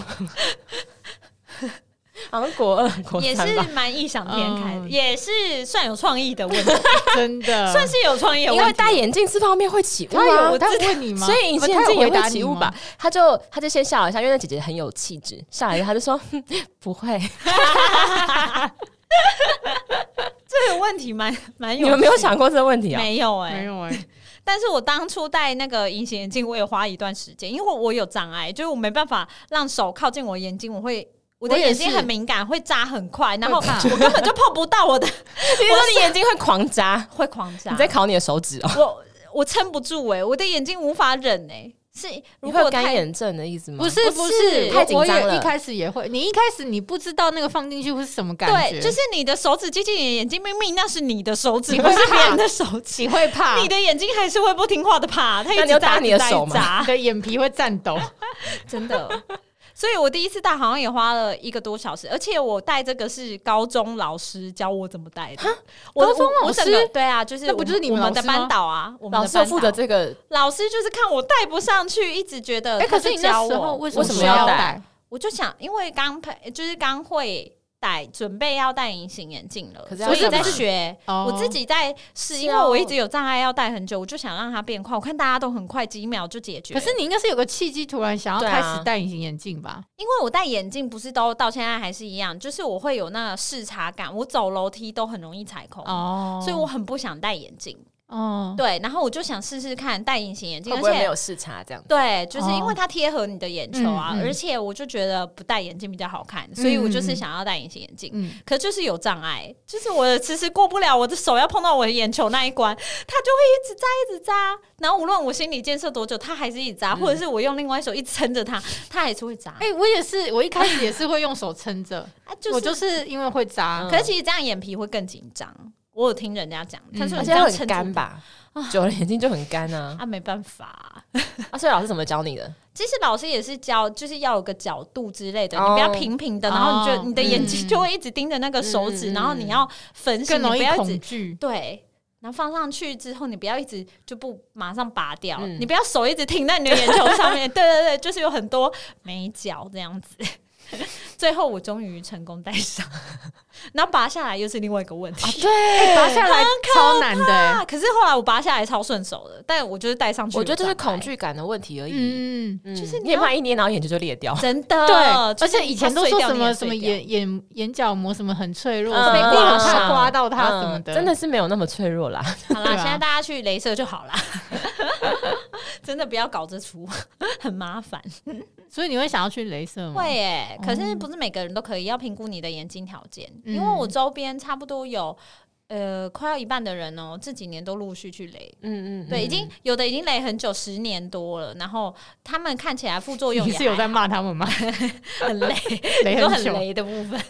S3: [LAUGHS] 好像国二、国
S2: 也
S3: 三
S2: 是
S3: 吧。
S2: 蛮异想天开的，
S1: 嗯
S2: 也是算有创意的
S3: [LAUGHS]
S2: 问题，
S1: 真的
S2: [LAUGHS] 算是有创意的
S3: 因为
S2: 问题。
S3: 戴眼镜这方面会起雾
S1: 他有
S3: 啊，
S1: 他有问你吗？
S3: [LAUGHS] 所以隐形眼
S1: 他
S3: 镜
S1: 有
S3: 也
S1: 回
S3: 会
S1: 答
S3: 起
S1: 你
S3: 雾
S1: 吗
S3: 吧？？他就他就先笑了一下，因为那姐姐很有气质，笑了一下他就说 [LAUGHS] 哼不 [LAUGHS] 会，
S2: 这个问题蛮蛮有，
S3: 你们没有想过这个问题啊？
S2: 没有哎、
S1: 没有哎，
S2: 但是我当初戴那个隐形眼镜，我也花一段时间，因为我有障碍，就是我没办法让手靠近我眼睛，我会。我的
S1: 我也
S2: 眼
S1: 是
S2: 睛很敏感，会扎很快，然后
S1: 会怕
S2: 我根本就碰不到我
S3: [LAUGHS]
S2: 的，
S3: 你说你眼睛会狂眨，
S2: 会狂扎。
S3: 你在烤你的手指哦？
S2: 我我撑不住哎、我的眼睛无法忍哎、是如果
S3: 你会有
S2: 我
S3: 干
S2: 太
S3: 眼症的意思吗？
S1: 不是
S2: 不
S1: 不
S2: 是
S1: 是，
S3: 太紧
S1: 我我
S3: 张
S1: 也
S3: 了
S1: 一开始也会，你一开始你不知道那个放进去会是什么感觉，
S2: 对，就是你的手指接近你的眼睛，明明那是你的手指，不是别人的手指，
S1: 你会怕，
S2: 你的眼睛还是会不听话的怕，它一
S3: 那你
S2: 直
S3: 有打
S2: 扎
S3: 你
S2: 一直
S3: 的
S2: 扎一
S3: 手
S2: 直
S3: 吗
S2: 扎
S1: 你的眼皮会颤抖。
S2: 真的。所以我第一次戴好像也花了一个多小时，而且我戴这个是高中老师教我怎么戴的。我
S1: 高中
S2: 我
S1: 老
S2: 我整
S1: 师
S2: 个对啊，就是
S1: 那
S2: 我
S1: 不就是你
S2: 我
S1: 们
S2: 们
S1: 老
S2: 的
S1: 师吗
S2: 班导啊？我们
S3: 老
S2: 的
S3: 师有
S2: 班
S3: 负责
S2: 导
S3: 这个，
S2: 老师就是看我戴不上去，一直觉得
S1: 哎，
S2: 他
S1: 可
S2: 就
S1: 你
S2: 是教
S1: 那
S2: 我
S1: 时候为什
S3: 为什
S1: 么
S3: 么要
S1: 要
S3: 戴
S1: 戴？
S2: 我就想，因为刚配就是刚会戴，准备要戴隐形眼镜了，
S3: 可是要
S2: 所以
S1: 干
S2: 在
S1: 嘛
S2: 学。
S1: 哦啊
S2: 我自己在试，
S3: 是
S2: 因为我
S3: 哦
S2: 一直有障碍要戴很久，我就想让它变快。我看大家都很快，几秒就解决。
S1: 可是你应该是有个契机，突然想
S3: 对
S1: 要
S3: 啊
S1: 开始戴隐形眼镜吧？
S2: 因为我戴眼镜，不是都到现在还是一样，就是我会有那个视差感，我走楼梯都很容易踩空，
S1: 哦，
S2: 所以我很不想戴眼镜。
S1: 哦，
S2: 对，然后我就想试试看戴隐形眼镜，
S3: 会
S2: 而
S3: 不会没
S2: 且
S3: 有视差这样？
S2: 对，就是因
S1: 哦
S2: 为它贴合你的眼球啊，
S1: 嗯嗯
S2: 而且我就觉得不戴眼镜比较好看，所以我就是想要戴隐形眼镜。
S1: 嗯，
S2: 可就是有障碍，就是我迟迟过不了，我的手要碰到我的眼球那一关，它就会一直扎，一直扎。然后无论我心理建设多久，它还是一直扎，
S1: 嗯
S2: 或者是我用另外一手一直撑着它，它还是会扎。
S1: 哎，我也是，我一开始也是会用手撑着，
S2: 啊，就是
S1: 我就是因为会扎
S3: 嗯，
S2: 可是其实这样眼皮会更紧张，我有听人家讲，他说
S3: 嗯而
S2: 你
S3: 且
S2: 这样
S3: 它
S2: 撑
S3: 很
S2: 住
S3: 干吧， [LAUGHS] 久了眼睛就很干啊。
S2: 啊，没办法、
S3: 啊，所以老师怎么教你的？
S2: 其实老师也是教，就是要有个角度之类的，
S3: 哦
S2: 你不要平平的，然后你就、
S1: 哦
S2: 你的眼睛
S1: 嗯
S2: 就会一直盯着那个手指，
S3: 嗯嗯
S2: 然后你要分心，
S1: 更容
S2: 你
S1: 易
S2: 不要一
S1: 恐
S2: 直 [LAUGHS]
S1: 惧。
S2: 对。然后放上去之后，你不要一直就不马上拔掉，
S3: 嗯
S2: 你不要手一直停在你的眼球上
S3: [LAUGHS]
S2: 面。对对对，就是有很多美角这样子。最后我终于成功戴上，然后拔下来又是另外一个问题。
S1: 对，拔下来超难的欸、
S2: 啊，可是后来我拔下来超顺手的，但我就是戴上去，
S3: 我觉得这是恐
S2: 惧。
S3: 惧感的问题而已。
S1: 嗯，
S3: 嗯，
S2: 就是你
S3: 你也
S2: 要
S3: 怕一捏，然后眼睛就裂掉。
S2: [LAUGHS] 真的，
S1: 对，
S2: 哦就
S1: 而
S2: 是
S1: 且以前
S2: 它
S1: 都
S2: 碎
S1: 说
S2: 掉
S1: 什
S2: 你也
S1: 么
S2: 碎
S1: 什么
S2: 掉
S1: 眼眼眼角膜什么很脆弱，
S3: 嗯
S1: 什么
S2: 被
S1: 你
S2: 刮
S1: 很怕
S2: 伤
S1: 刮到它
S3: 嗯
S1: 什么的，
S3: 真的是没有那么脆弱啦。
S2: 好啦，
S1: 对啊
S2: 现在大家去镭射就好啦。 [LAUGHS] 真的不要搞这出，很麻烦。
S1: 嗯所以你会想要去镭射吗？
S2: 会诶、可是不是每个人都可以，要评估你的眼睛条件。因为
S1: 嗯
S2: 我周边差不多有呃快要一半的人哦、这几年都陆续去雷。
S3: 嗯嗯，
S2: 对，已经有的已经雷很久，十年多了。然后他们看起来副作用
S1: 你
S2: 也
S1: 是有
S2: 还
S1: 在骂他们 [LAUGHS] 吗？
S2: 很
S3: [LAUGHS]
S2: 累，
S1: 雷
S2: 都很
S1: 久，
S2: 雷的部分。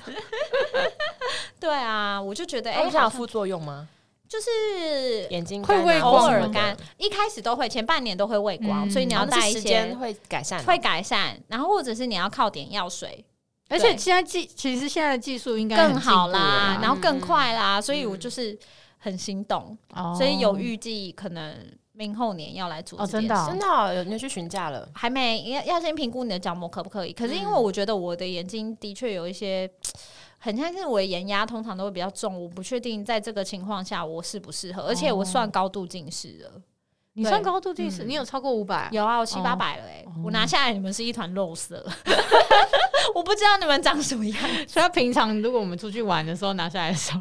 S2: 对啊，我就觉
S1: 哦
S2: 得哎，
S3: 哎，
S2: 好
S3: 它有
S2: 像
S3: 副作用吗？
S2: 就是
S3: 眼睛啊
S1: 会畏
S2: 偶
S1: 光
S2: 尔
S1: 吗
S2: 干，一开始都会，前半年都会畏光，
S1: 嗯
S2: 所以你
S1: 然
S2: 要
S3: 然后
S2: 带
S3: 嗯是
S2: 一
S3: 时间
S2: 些
S3: 会改善哦，
S2: 会改善，然后或者是你要靠点药水
S1: 而且
S2: 对
S1: 现在技其实现在的技术应该很
S2: 更
S1: 进步
S2: 好
S1: 了
S2: 啦，然后更
S3: 嗯
S2: 快啦，所以我
S3: 嗯
S2: 就是很心动，
S1: 哦
S2: 所以有预计可能明后年要来做
S1: 哦
S2: 这
S1: 真
S2: 件
S1: 的
S2: 事
S1: 哦
S3: 真的哦，有你有去询价了。
S2: 还没，要要先评估你的角膜可不可以。可是因为
S3: 嗯
S2: 我觉得我的眼睛的确有一些，很像是我的眼压通常都会比较重，我不确定在这个情况下我适不适合，而且我算高度近视了。
S1: 你
S2: 对
S1: 算高度近视，
S2: 嗯
S1: 你有超过五百？
S2: 有啊，我七
S1: 哦
S2: 八百了哎、欸
S1: 哦
S2: 我拿下来你们是一团肉色， [LAUGHS] 我不知道你们长什么样，
S1: 所以他平常如果我们出去玩的时候拿下来的时候，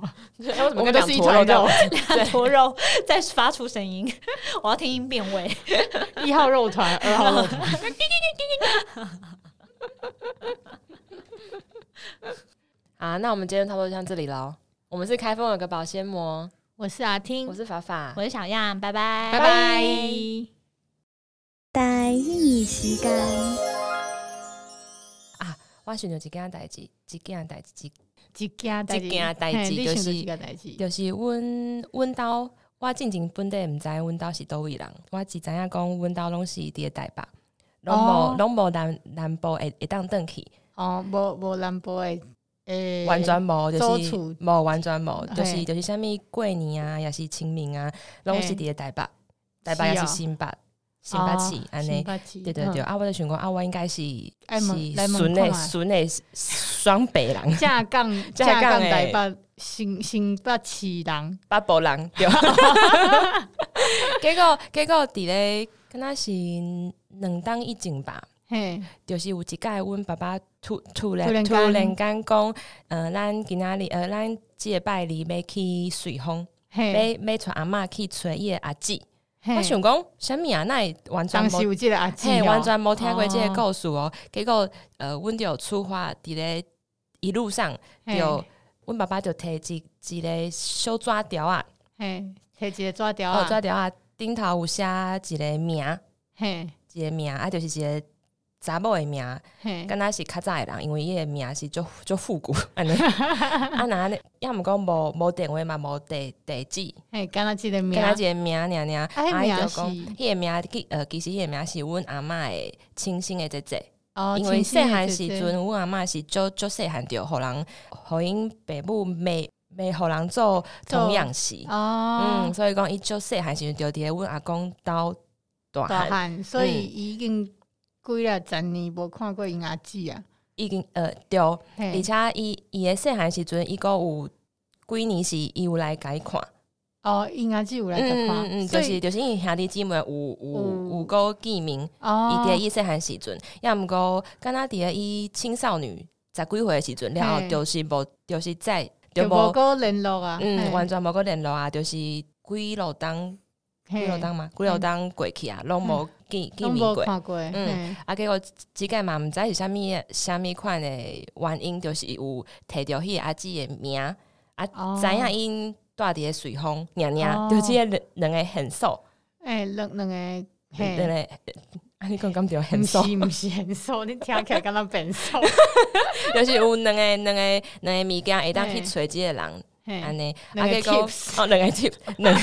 S3: 哎，我怎
S1: 我
S3: 么
S1: 们
S3: 跟
S1: 都
S3: 两
S1: 是一
S3: 坨
S1: 团
S3: 肉这样
S1: 肉，
S2: 两坨肉在发出声音，我要听音辨位。
S1: [LAUGHS] 一号肉团，二号肉团。
S3: 啊，那我们今天差不多就像这里喽。我们是开封有个保鲜膜，
S1: [LAUGHS] 我是阿听
S3: 我，是法法，
S2: 我是小样，拜拜，
S1: 拜拜。
S4: 台语时间，
S3: 我选择一件代志，一件代志，
S1: 一件代志，
S3: 一件代志
S1: 嘿你
S3: 就
S1: 想到
S3: 是
S1: 一件代志。
S3: 就是阮阮兜，我进前本地毋知阮兜是倒位人，我只知影讲阮兜拢是伫咧台北，拢
S1: 哦
S3: 无拢无南南部会会当转去，
S1: 哦，无无南部的诶，
S3: 完全无就
S1: 周
S3: 是
S1: 厝
S3: 无完全无，就是
S1: 嘿
S3: 就是啥物过年啊，也是清明啊，拢是伫咧台北，台北
S1: 是
S3: 也
S1: 哦
S3: 是新北新北市安尼。
S1: 尼
S3: 对对对，，啊，我就想讲啊，我应该是
S1: 嗯爱问来
S3: 是
S1: 问
S3: 孙
S1: 看
S3: 诶
S1: 嘛，
S3: 孙诶双北人 [LAUGHS]
S1: 架杠
S3: 架
S1: 架
S3: 杠
S1: 杠
S3: 的
S1: 台北新新北市人，
S3: 八宝人
S1: [LAUGHS]
S3: 对。结果结果伫咧，敢若是两当以前吧，
S1: 嘿，
S3: 就是有一届阮爸爸突突
S1: 突
S3: 然
S1: 然
S3: 突
S1: 间
S3: 然间讲，呃，咱今仔日呃，咱即个拜日要去水风，
S1: 嘿，
S3: 要要带阿嬷去找伊诶阿姊。
S1: 嘿
S3: 我想讲，啥物啊？那完全
S1: 当
S3: 无
S1: 时有记得阿姊
S3: 嘿，
S1: 哦，
S3: 完全无听过即个故事哦。结果呃，阮就有出发伫咧一路上，
S1: 嘿
S3: 就阮爸爸就摕一一个小纸条啊，
S1: 嘿，摕一个纸条
S3: 哦，纸
S1: 啊，
S3: 条啊，顶头有写一个名，
S1: 嘿，
S3: 一个名啊，就是一个查某的名，
S1: 嘿，
S3: 敢若是较早的人，因为伊的名是足足复古 [LAUGHS]
S1: [LAUGHS]
S3: 安尼。啊，那呢，要毋讲无无电话嘛，无地地址，
S1: 嘿，敢若记得名
S3: 敢，若一个名娘娘，
S1: 迄
S3: 啊，伊
S1: 啊名
S3: 就是讲，迄个名其呃，其实迄个名是阮阿嬷的亲生的姐姐。
S1: 哦
S3: 因为细汉时，
S1: 亲戚的姐
S3: 阵，
S1: 姐
S3: 阮阿嬷是足足细汉就互人互因爸母袂袂互人做童养媳，
S1: 哦
S3: 嗯，，所以讲伊足细汉时阵就伫咧阮阿公兜大
S1: 大
S3: 汉，嗯
S1: 汉，所以已经几啊十年无看过因阿姊啊，
S3: 已经呃对，而
S1: 嘿，
S3: 且伊伊诶细汉时阵伊个有几年是伊有来甲伊看，
S1: 哦，因阿姊有来
S3: 嗯
S1: 甲看，
S3: 嗯嗯，
S1: 所
S3: 就
S1: 以
S3: 是就是因为兄弟姊妹有有
S1: 有
S3: 有个见面，伊
S1: 哦
S3: 伫，咧伊细汉时阵，要毋过敢若伫咧伊青少女十几岁诶时阵，了后
S1: 嘿
S3: 就是无就是再
S1: 就
S3: 就
S1: 无
S3: 无。
S1: 个联络啊，
S3: 嗯，
S1: 嘿
S3: 完全无个联络啊，就是几落当几
S1: 嘿嗯
S3: 落当嘛，几落当过去啊，拢无见见
S1: 拢
S3: 面
S1: 无
S3: 过。
S1: 看过，
S3: 嗯
S1: 嗯，
S3: 啊，结果即个嘛，毋知是啥物啥物款的原因，就是有摕着迄个阿姊的名，啊，
S1: 哦
S3: 知影因住伫个随风娘娘，
S1: 哦
S3: 就即个两两个很熟，
S1: 哎，两两个，
S3: 两
S1: 嘿，
S3: 个。 [LAUGHS] 啊，你讲感觉很
S1: 不
S3: 熟，
S1: 是不是很熟，你听起来
S3: [LAUGHS]
S1: 敢若变熟，
S3: 就是有两个、两个、两个物件会当去
S1: 嘿
S3: 找即个人，安
S1: 嘿，
S3: 尼，
S1: 两个
S3: 结果
S1: tips
S3: 哦，两个 tip，两个。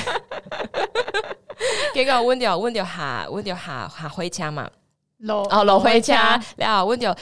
S1: [LAUGHS]
S3: 结果阮着阮着下阮着下下火车嘛，
S1: 落
S3: 哦，落火车，了，阮着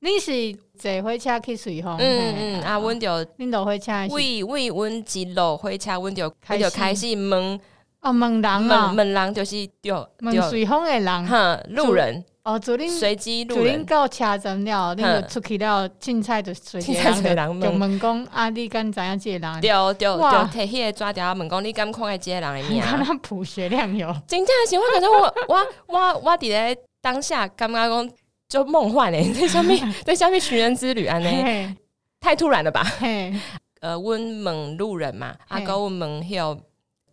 S1: 你是坐火车去水吼？
S3: 嗯
S1: 嘿
S3: 嗯啊，阮着
S1: 你落火车的是
S3: 为为阮一落火车，阮着
S1: 开始
S3: 阮着开始问
S1: 哦，问人
S3: 问
S1: 啊，
S3: 问人，就是着
S1: 问
S3: 着
S1: 水风的人
S3: 哼路人
S1: 哦，昨天
S3: 随机路
S1: 昨天
S3: 人，
S1: 到车站了，你就
S3: 嗯
S1: 出去了，凊彩就随便
S3: 凊彩就人嗯
S1: 人就就问讲啊，你敢知影这个人？
S3: 着着
S1: 哇
S3: 着摕迄个纸条问讲你敢看会即个人的
S1: [LAUGHS] 你
S3: 名？
S1: 看他朴学亮有，
S3: 真正是，我感觉我我我我伫咧当下感觉讲就梦幻诶，在下面在下面寻人之旅安尼，
S1: 嘿
S3: 太突然了吧？
S1: 嘿，呃
S3: 呃，阮问路人嘛，
S1: 嘿
S3: 阿哥阮问迄个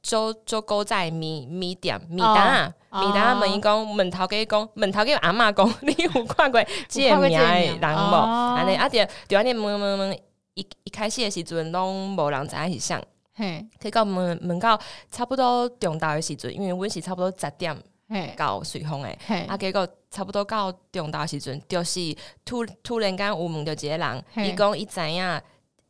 S3: 周周狗仔米米店米达啊
S1: 哦
S3: 米达问伊讲问头家讲问头家阿嬷讲，你有看过即个名诶人无？
S1: 哦
S3: 安尼啊，着着安尼问问问，一一开始诶时阵拢无人知影是啥。
S1: 嘿
S3: 去到问问到差不多中昼诶时阵，因为阮是差不多十点
S1: 嘿
S3: 到随风诶，
S1: 嘿
S3: 啊，结果差不多到中昼时阵，就是突突然间有问到一个人，
S1: 嘿
S3: 伊讲伊知影，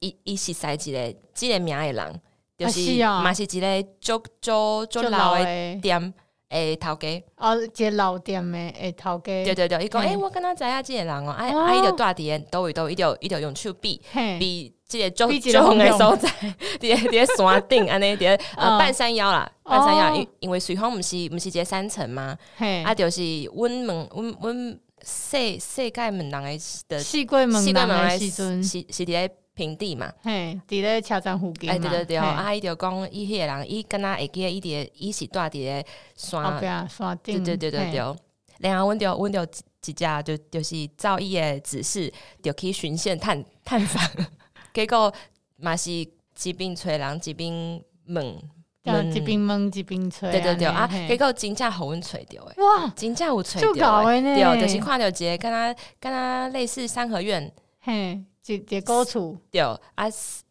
S3: 伊伊是识一个即个名的人，就
S1: 啊
S3: 是
S1: 是啊
S3: 嘛是一个足足足
S1: 就
S3: 老的
S1: 诶，
S3: 店诶头家，
S1: 哦，一个老店的诶头家，
S3: 对对对，伊讲
S1: 嘿
S3: 诶，我敢若知影即个人哦，啊
S1: 哦
S3: 啊伊就住伫诶倒位倒位，伊就伊就用手比
S1: 嘿，
S3: 比即个足
S1: 比
S3: 足
S1: 一个
S3: 远
S1: 远
S3: 的所在， [LAUGHS] 伫咧伫咧山顶安尼伫
S1: [LAUGHS]
S3: 咧
S1: 嗯
S3: 呃半山腰啦，半山
S1: 哦
S3: 腰，因因为随风毋是毋是一个山城嘛，
S1: 嘿
S3: 啊，，就是阮问阮阮世世界问人诶的
S1: 四过门人的时
S3: 是
S1: 阵，
S3: 是伫咧平地嘛。
S1: 嘿，伫咧车站附近嘛，
S3: 哎，对对对，
S1: 嘿
S3: 啊，伊就讲伊迄个人，伊敢若会记得伊伫咧伊是住伫咧
S1: 后
S3: 山，
S1: 壁啊山
S3: 对
S1: 顶，
S3: 对对对对。然后阮就阮就一只就就是照伊诶指示，就去巡线探探访， [LAUGHS] 结果嘛是一边找人一边问
S1: 嘿，一边蒙一边吹，
S3: 对对对啊，
S1: 安尼
S3: 结，果真正互阮找着诶。
S1: 嘿哇，
S3: 真正有吹
S1: 就搞的呢
S3: 对，就是看到一个跟他跟他类似三合院，
S1: 嘿，一一个高处，
S3: 对啊，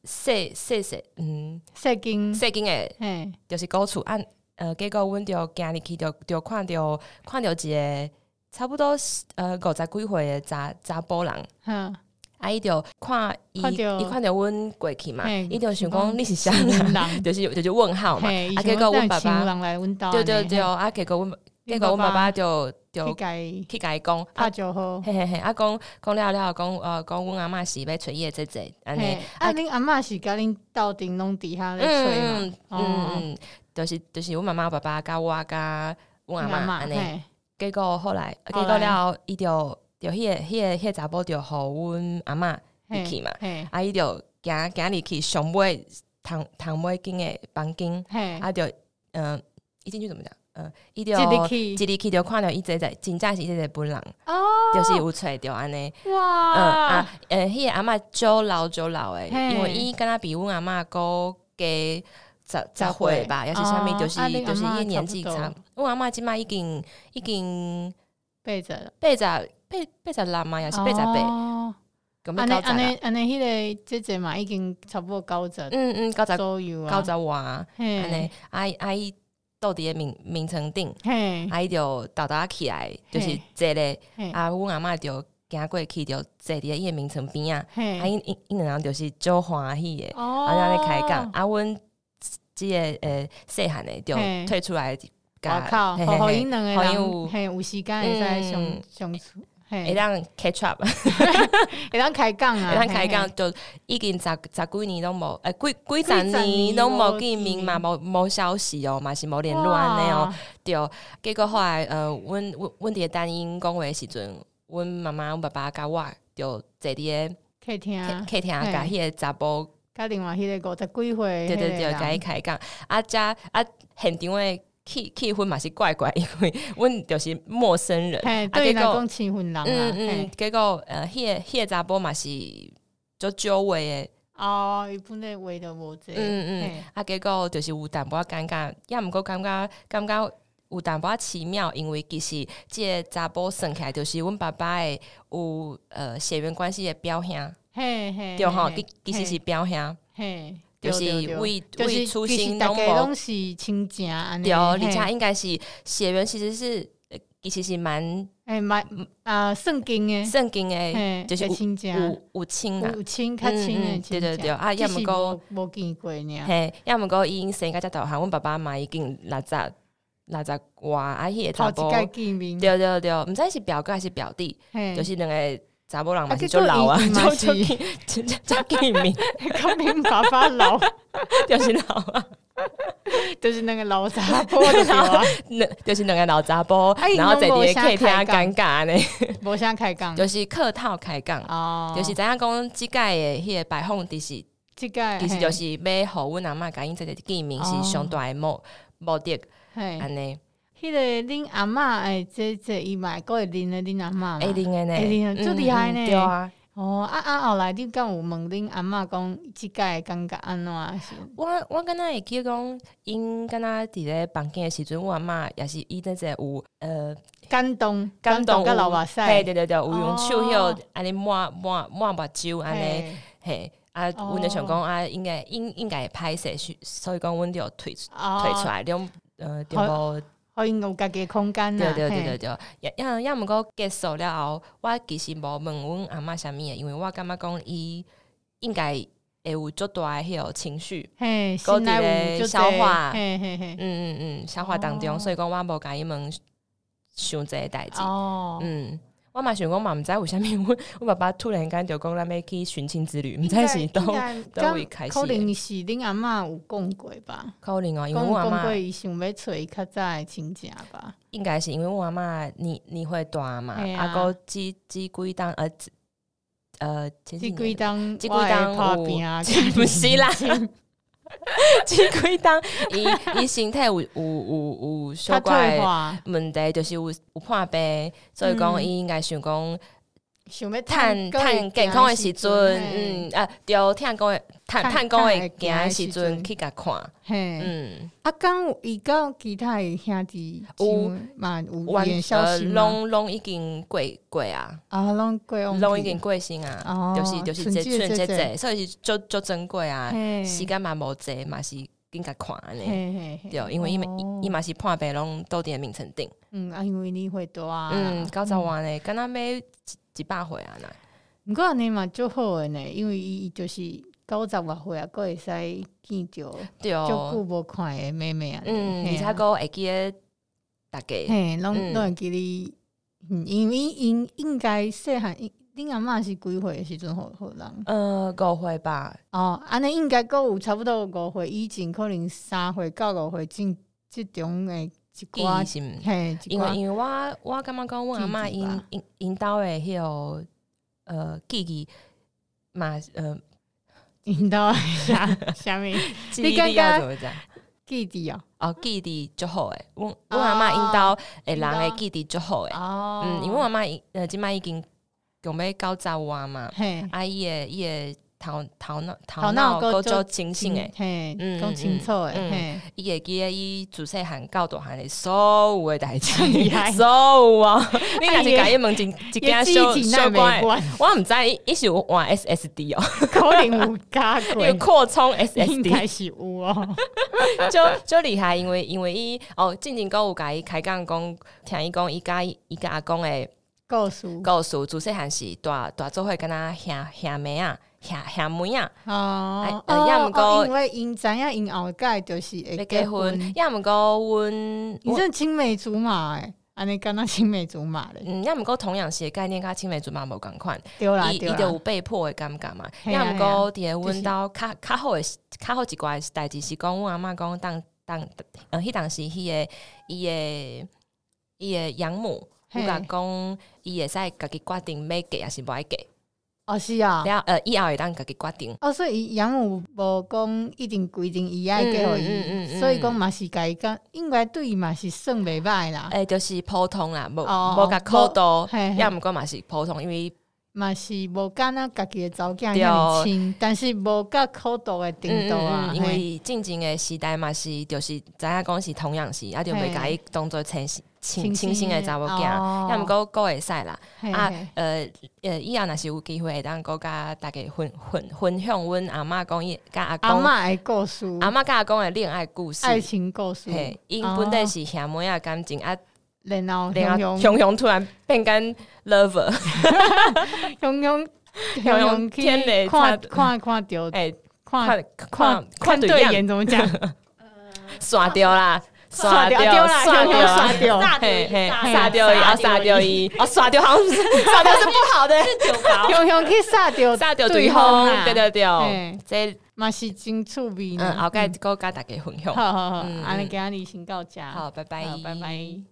S3: 细细细，嗯，
S1: 细金，
S3: 细间诶，
S1: 嘿，
S3: 就是高处按呃，结果阮就行入去就就看到看到一个差不多呃五十几岁的查查甫人，
S1: 哼，
S3: 啊，伊就看伊
S1: 看到
S3: 伊看到阮过去嘛，
S1: 嘿
S3: 伊就想讲你是啥
S1: 是
S3: 人， [LAUGHS]
S1: 人，
S3: 就是就是问号嘛，
S1: 嘿，
S3: 啊，结果阮爸爸，
S1: 人来阮兜，
S3: 对对对，啊，结果阮结果阮爸爸就
S1: 去
S3: 就
S1: 改
S3: 去甲伊讲，啊
S1: 拍就好。
S3: 嘿嘿嘿，啊讲讲了了，讲呃讲阮阿嬷是要揣伊的姐姐，安尼嗯
S1: 嘿，，啊，恁阿嬷是甲恁斗阵拢伫遐咧吹嘛？哦
S3: 嗯嗯嗯嗯，就是就是阮妈妈、爸爸、甲我、甲阮阿
S1: 恁
S3: 嬷
S1: 嬷
S3: 安尼，
S1: 嘿
S3: 结果后来结
S1: 后来
S3: 果了，伊就就迄个迄个迄个查甫就互阮阿嬷入去嘛，
S1: 嘿，
S3: 啊伊就行行入去上尾堂堂尾间的房间，
S1: 嘿，
S3: 啊就嗯伊进去怎么讲？嗯，伊就
S1: 入去
S3: 一入去就看到伊姐姐真正是伊姐姐本人，
S1: 哦，
S3: 就是有揣着安尼。嗯
S1: 哇
S3: 啊，，呃，迄个阿嬷足老足老诶，
S1: 嘿
S3: 因为伊敢若比阮阿嬷高加十十岁吧，抑是啥
S1: 哦
S3: 物，就是
S1: 啊恁
S3: 就是
S1: 阿嬷
S3: 伊年纪
S1: 差不多
S3: 差。阮阿嬷即摆已经已经
S1: 背着了，
S3: 八十八八十六嘛，抑是八十八，
S1: 哦
S3: 咁
S1: 安尼
S3: 要九
S1: 安
S3: 十
S1: 尼
S3: 啦。
S1: 安尼，迄个姐姐嘛已经差不多九十
S3: 嗯嗯，九十
S1: 左右啊，
S3: 九十外，安
S1: 嘿
S3: 尼，啊伊啊伊到伫诶眠眠床顶，
S1: 嘿
S3: 啊伊就豆豆起来，就是
S1: 嗯嘿
S3: 坐咧，
S1: 嘿
S3: 啊阮阿嬷就行过去就坐伫咧伊诶眠床边啊，啊
S1: 嘿，
S3: 因因因两人就是足欢喜诶。
S1: 哦
S3: 啊，咱咧开讲，，啊，阮即个呃细汉的就
S1: 嘿
S3: 退出来，
S1: 我靠，
S3: 嘿
S1: 互
S3: 嘿
S1: 互
S3: 嘿
S1: 因两
S3: 互
S1: 个
S3: 因
S1: 人
S3: 有
S1: 嘿有时间会使相
S3: 嗯
S1: 相处，
S3: 会
S1: 嘿，
S3: 当 catch up，
S1: 会当开讲啊，
S3: 会当
S1: 嘿
S3: 开，
S1: 嘿
S3: 讲就已经十十几年拢无，呃，几
S1: 几
S3: 几
S1: 十
S3: 十
S1: 年
S3: 年拢
S1: 无
S3: 无见面
S1: 见
S3: 嘛，无无消息哦，嘛是无联络安尼哦，，对。结果后来呃，阮阮阮伫咧单音讲话的时阵，阮妈妈、阮爸爸甲我就坐伫咧
S1: 可以听啊，
S3: 客客厅甲迄个查甫，
S1: 甲另外迄个五十几岁，
S3: 对对对，甲伊，开讲，啊加啊现场的气气氛嘛是怪怪，因为阮就是陌生人。
S1: 嘿，
S3: 啊
S1: 对伊
S3: 结
S1: 来
S3: 果
S1: 讲亲分人啊，
S3: 嗯
S1: 嘿
S3: 嗯，结果呃，迄、个迄、个查甫嘛是就久违诶，
S1: 哦，伊本来话都无济，
S3: 嗯嗯
S1: 嘿，
S3: 啊，结果就是有淡薄仔尴尬，也毋过感觉感觉有淡薄仔奇妙，因为其实即个查甫算起来就是阮爸爸诶有呃血缘关系诶表兄，
S1: 嘿嘿，
S3: 对吼，
S1: 嘿
S3: 其其实是，表兄，
S1: 嘿嘿，
S3: 就是
S1: 对对对
S3: 为
S1: 就是
S3: 为出
S1: 其实
S3: 身
S1: 大
S3: 拢
S1: 家
S3: 无哦
S1: 拢是亲情安尼，
S3: 对，而
S1: 嘿
S3: 且应该是血缘其实是。呃伊其实蛮
S1: 哎，买啊圣经诶，
S3: 圣经诶
S1: 哎，，
S3: 嗯就是有
S1: 亲家，
S3: 有有亲啊啦，
S1: 有亲较亲
S3: 嗯
S1: 诶，
S3: 嗯对对对啊要
S1: 要
S3: 么
S1: 么
S3: 讲
S1: 无见过呢，
S3: 嘿，要毋过伊因生个只大汉，阮爸爸妈已经六十六十外，啊，迄个
S1: 头
S3: 查
S1: 一
S3: 甫，
S1: 届见面，
S3: 对对对，毋知是表哥还是表弟，
S1: 嘿
S3: 就是两个查某人
S1: 啊
S3: 嘛是
S1: 结
S3: 就
S1: 果
S3: 老啊，
S1: 伊伊嘛
S3: [LAUGHS] 就是就就就见面， [LAUGHS]
S1: 讲恁爸爸老，
S3: 就是老啊，
S1: 就是那个
S3: [LAUGHS]
S1: 老杂婆的对啊，
S3: 那就是两个老查甫
S1: 啊，伊
S3: 然后在
S1: 拢无
S3: 伫个
S1: 啥
S3: K 听
S1: 开讲
S3: 尴尬呢，
S1: 无啥开讲，
S3: 就是客套开讲。
S1: 哦，
S3: 就是知影讲，即届的迄个摆放，就是
S1: 这个，
S3: 其实就是要互阮阿嬷甲因这个见面
S1: 哦
S3: 是上大的目目的
S1: 嘿，嘿
S3: 安尼，
S1: 迄个恁阿嬷诶，这这伊嘛，个会认得恁阿嬷嘛
S3: 会认的呢，
S1: 会认啊的
S3: 嗯
S1: 很厉害
S3: 嗯
S1: 呢
S3: 对啊，
S1: 哦，啊啊，后来你敢有问恁阿嬷讲，即个感觉安怎还是？
S3: 我我敢若会记得讲，因敢若伫咧房间的时阵，阮阿嬷也是伊那只有呃
S1: 感动，
S3: 动
S1: 甲
S3: 有
S1: 老目
S3: 嘿
S1: 屎，
S3: 对对对，有用手
S1: 哦
S3: 迄安尼抹抹抹目睭安尼，
S1: 嘿
S3: 嘿啊，
S1: 哦
S3: 阮就想讲啊，应该应应该会歹势，所以所以讲阮就退出
S1: 哦
S3: 退出来，两呃中无
S1: 互因有家己的空间
S3: 对
S1: 啦，
S3: 对对
S1: 嘿
S3: 对对，也也也毋过结束了后，我其实无问阮阿嬷啥物的，因为我感觉讲伊应该会有足大的迄个情绪。
S1: 嘿，
S3: 搁
S1: 心内
S3: 伫
S1: 有
S3: 咧
S1: 就
S3: 消
S1: 多
S3: 化
S1: 嘿嘿嘿，
S3: 嗯嗯嗯，消化当中，
S1: 哦
S3: 所以讲我无甲伊问想这个代志。
S1: 哦，
S3: 嗯，我嘛想讲嘛，毋知为啥物， [LAUGHS] 我我爸爸突然间就讲咱要去寻亲之旅，毋
S1: 应
S3: 知
S1: 该
S3: 是倒
S1: 应该
S3: 倒位开始
S1: 可
S3: 的。
S1: 能是恁阿嬷有讲过吧，
S3: 可能哦，因为
S1: 讲
S3: 阮
S1: 讲
S3: 阿
S1: 过
S3: 嬷
S1: 伊想要找伊较早的亲戚吧，
S3: 应该是因为阮阿嬷年年岁大嘛，
S1: 嘿啊
S3: 啊个即即几当呃即呃
S1: 即
S3: 前几
S1: 几
S3: 年
S1: 当
S3: 这几
S1: 我
S3: 天
S1: 的
S3: 有
S1: 破病啊，
S3: [LAUGHS] 不是啦， [LAUGHS] 即几当伊 [LAUGHS] 伊身体有有有有
S1: 他
S3: 小
S1: 退
S3: 怪
S1: 化，
S3: 问题，就是有有破病，所以讲
S1: 嗯
S3: 伊应该想讲。
S1: 想要
S3: 趁
S1: 还会
S3: 趁健康的时阵，
S1: 嘿
S3: 嗯啊，对，趁讲的趁
S1: 趁
S3: 趁讲的
S1: 趁
S3: 行
S1: 的时
S3: 的时
S1: 阵
S3: 阵去甲看，
S1: 嘿，
S3: 嗯，
S1: 啊，刚有伊到其他的兄弟
S3: 有
S1: 姊妹嘛有
S3: 完
S1: 点消
S3: 呃
S1: 息吗
S3: 拢拢已经过过啊，
S1: 啊，拢过往
S3: 拢
S1: 去
S3: 已经过身啊，
S1: 哦，
S3: 就是就是
S1: 剩
S3: 这
S1: 这
S3: 剩
S1: 这
S3: 这这，所以是就就珍贵啊，
S1: 嘿
S3: 时间嘛无济嘛是紧甲看安尼，
S1: 嘿嘿嘿
S3: 对，因为伊嘛
S1: 哦
S3: 伊伊嘛是破病拢倒伫咧眠床顶，
S1: 嗯啊，因为你会多啊，
S3: 嗯，九十万嘞，敢若要一一百岁啊呐，
S1: 毋嗯过安尼嘛足好诶呢，因为伊伊就是九十外岁啊，阁会使见着足
S3: 对，
S1: 久无看诶妹妹啊，
S3: 哦嗯，而
S1: 嘿啊
S3: 且个会记得大家，
S1: 嘿，拢
S3: 嗯
S1: 拢会记你，嗯因为因应该细汉，因恁阿嬷是几岁诶时阵好好人
S3: 呃，五岁吧，
S1: 哦，安尼应该阁有差不多五岁以前，可能三岁到五岁进即种诶一
S3: 记
S1: 寡
S3: 忆是毋。
S1: 嘿，一
S3: 因为
S1: 寡
S3: 因为我我感觉讲阮阿嬷
S1: 记忆吧
S3: 因因因兜的迄个呃记忆嘛呃
S1: 引导啥啥物
S3: 记忆
S1: 感
S3: 力要
S1: 觉
S3: 怎么讲？
S1: 弟弟哦，
S3: 哦，记忆力足好诶，阮阮阿嬷因兜诶人诶记忆力足好诶。
S1: 哦
S3: 嗯，因为阮阿嬷因呃即摆已经强要九十外嘛，
S1: 嘿，
S3: 啊伊诶伊诶头头脑
S1: 头脑
S3: 头脑
S1: 够
S3: 够
S1: 足
S3: 足清醒诶，
S1: 嘿，
S3: 嗯
S1: 讲清楚欸
S3: 嗯
S1: 诶，
S3: 伊会记诶伊自细汉到大汉诶所有诶代志
S1: 厉害，
S3: 所有啊，你若
S1: 啊
S3: 是
S1: 也
S3: 甲伊问一一件小小关的。我唔知伊伊是有换 SSD 哦，
S1: 可能有加
S3: [LAUGHS]
S1: 过，
S3: 有扩充
S1: 应该
S3: SSD，
S1: 是有哦。
S3: 就就厉害，因为因为伊哦，进前购有甲伊开讲讲，听伊讲伊甲伊伊甲阿公诶
S1: 故事
S3: [LAUGHS] 故事，自细汉是大大做伙敢若兄兄妹啊，兄兄妹啊，
S1: 哦
S3: 哎，呃要
S1: 哦
S3: 么过
S1: 哦因为因知影因后盖就是
S3: 要
S1: 会
S3: 结
S1: 结
S3: 婚
S1: 婚，，
S3: 要毋过阮
S1: 你
S3: 我
S1: 这青梅竹马诶，安尼敢若青梅竹马咧，
S3: 嗯，要毋过同样是概念甲青梅竹马无共款，
S1: 对啦
S3: 伊
S1: 对
S3: 伊就有
S1: 啦，
S3: 被迫的感觉嘛。
S1: 嘿
S3: 要
S1: 啊
S3: 毋过伫咧阮兜较较好诶，较好一寡诶代志是讲阮阿嬷讲当当，呃，迄当时迄个伊诶伊诶养母，有
S1: 嘿
S3: 甲讲伊会使家己决定要嫁还是无爱嫁，
S1: 哦是啊。
S3: 了呃以后会当家己决定。
S1: 哦，所以伊养母无讲一定规定伊爱给互
S3: 嗯嗯嗯嗯
S1: 伊，
S3: 嗯
S1: 所以讲嘛是家己讲，应该对伊嘛是算袂歹啦，
S3: 诶、呃就是普通啦，无
S1: 啊哦
S3: 无甲考到
S1: 嘿，嘿
S3: 要毋过嘛是普通，因为
S1: 嘛是无敢若家己的查某囝
S3: 对
S1: 遐尔亲，但是无甲苦毒的程度啊，
S3: 嗯因
S1: 嘿
S3: 为进前诶时代嘛是就是知影讲是同样是，啊就袂甲伊当做清新清清新诶查某囝，
S1: 哦
S3: 要毋过够会使啦。
S1: 嘿
S3: 啊
S1: 嘿，
S3: 呃呃，以后若是有机会，会当国甲大家分分分享阮阿嬷讲伊甲阿
S1: 阿
S3: 公
S1: 嬷的故事，
S3: 阿嬷甲阿公的恋爱故事。
S1: 爱情故事，
S3: 嘿，因
S1: 哦
S3: 本来是兄妹仔感情啊，
S1: 然后
S3: 然后
S1: 熊
S3: 熊熊突然变干 lover，
S1: 熊熊熊
S3: 熊熊
S1: 熊
S3: 天雷
S1: 看
S3: 差
S1: 看看丢
S3: 哎、
S1: 看
S3: 看
S1: 哦看
S3: 看
S1: 看
S3: 对
S1: 对
S3: 眼
S1: 眼怎么讲？
S3: 耍丢啦，
S1: [LAUGHS] 耍
S3: 丢
S1: 丢丢啦
S3: 耍
S1: 丢耍
S3: 丢
S1: 丢
S3: 嘿
S2: 撒丢
S3: 嘿
S2: 一
S3: 嘿
S2: 撒
S3: 撒丢一，
S2: 撒
S3: 啊撒
S2: 丢 [LAUGHS]
S3: 丢一，哦 [LAUGHS] 耍丢好像不是耍 [LAUGHS] 丢是不好的，
S2: 是酒吧。
S1: 熊熊去撒丢
S3: 撒丢对
S1: 对
S3: 方
S1: 啊，
S3: 对对对
S1: 嘿，
S3: 这
S1: 嘛是真趣味
S3: 嗯
S1: 呢。
S3: 后盖够嘎打给混用，
S1: 好好好，
S3: 嗯
S1: 安尼
S3: 嗯
S1: 今日先到这，
S3: 好，拜拜
S1: 好，拜拜。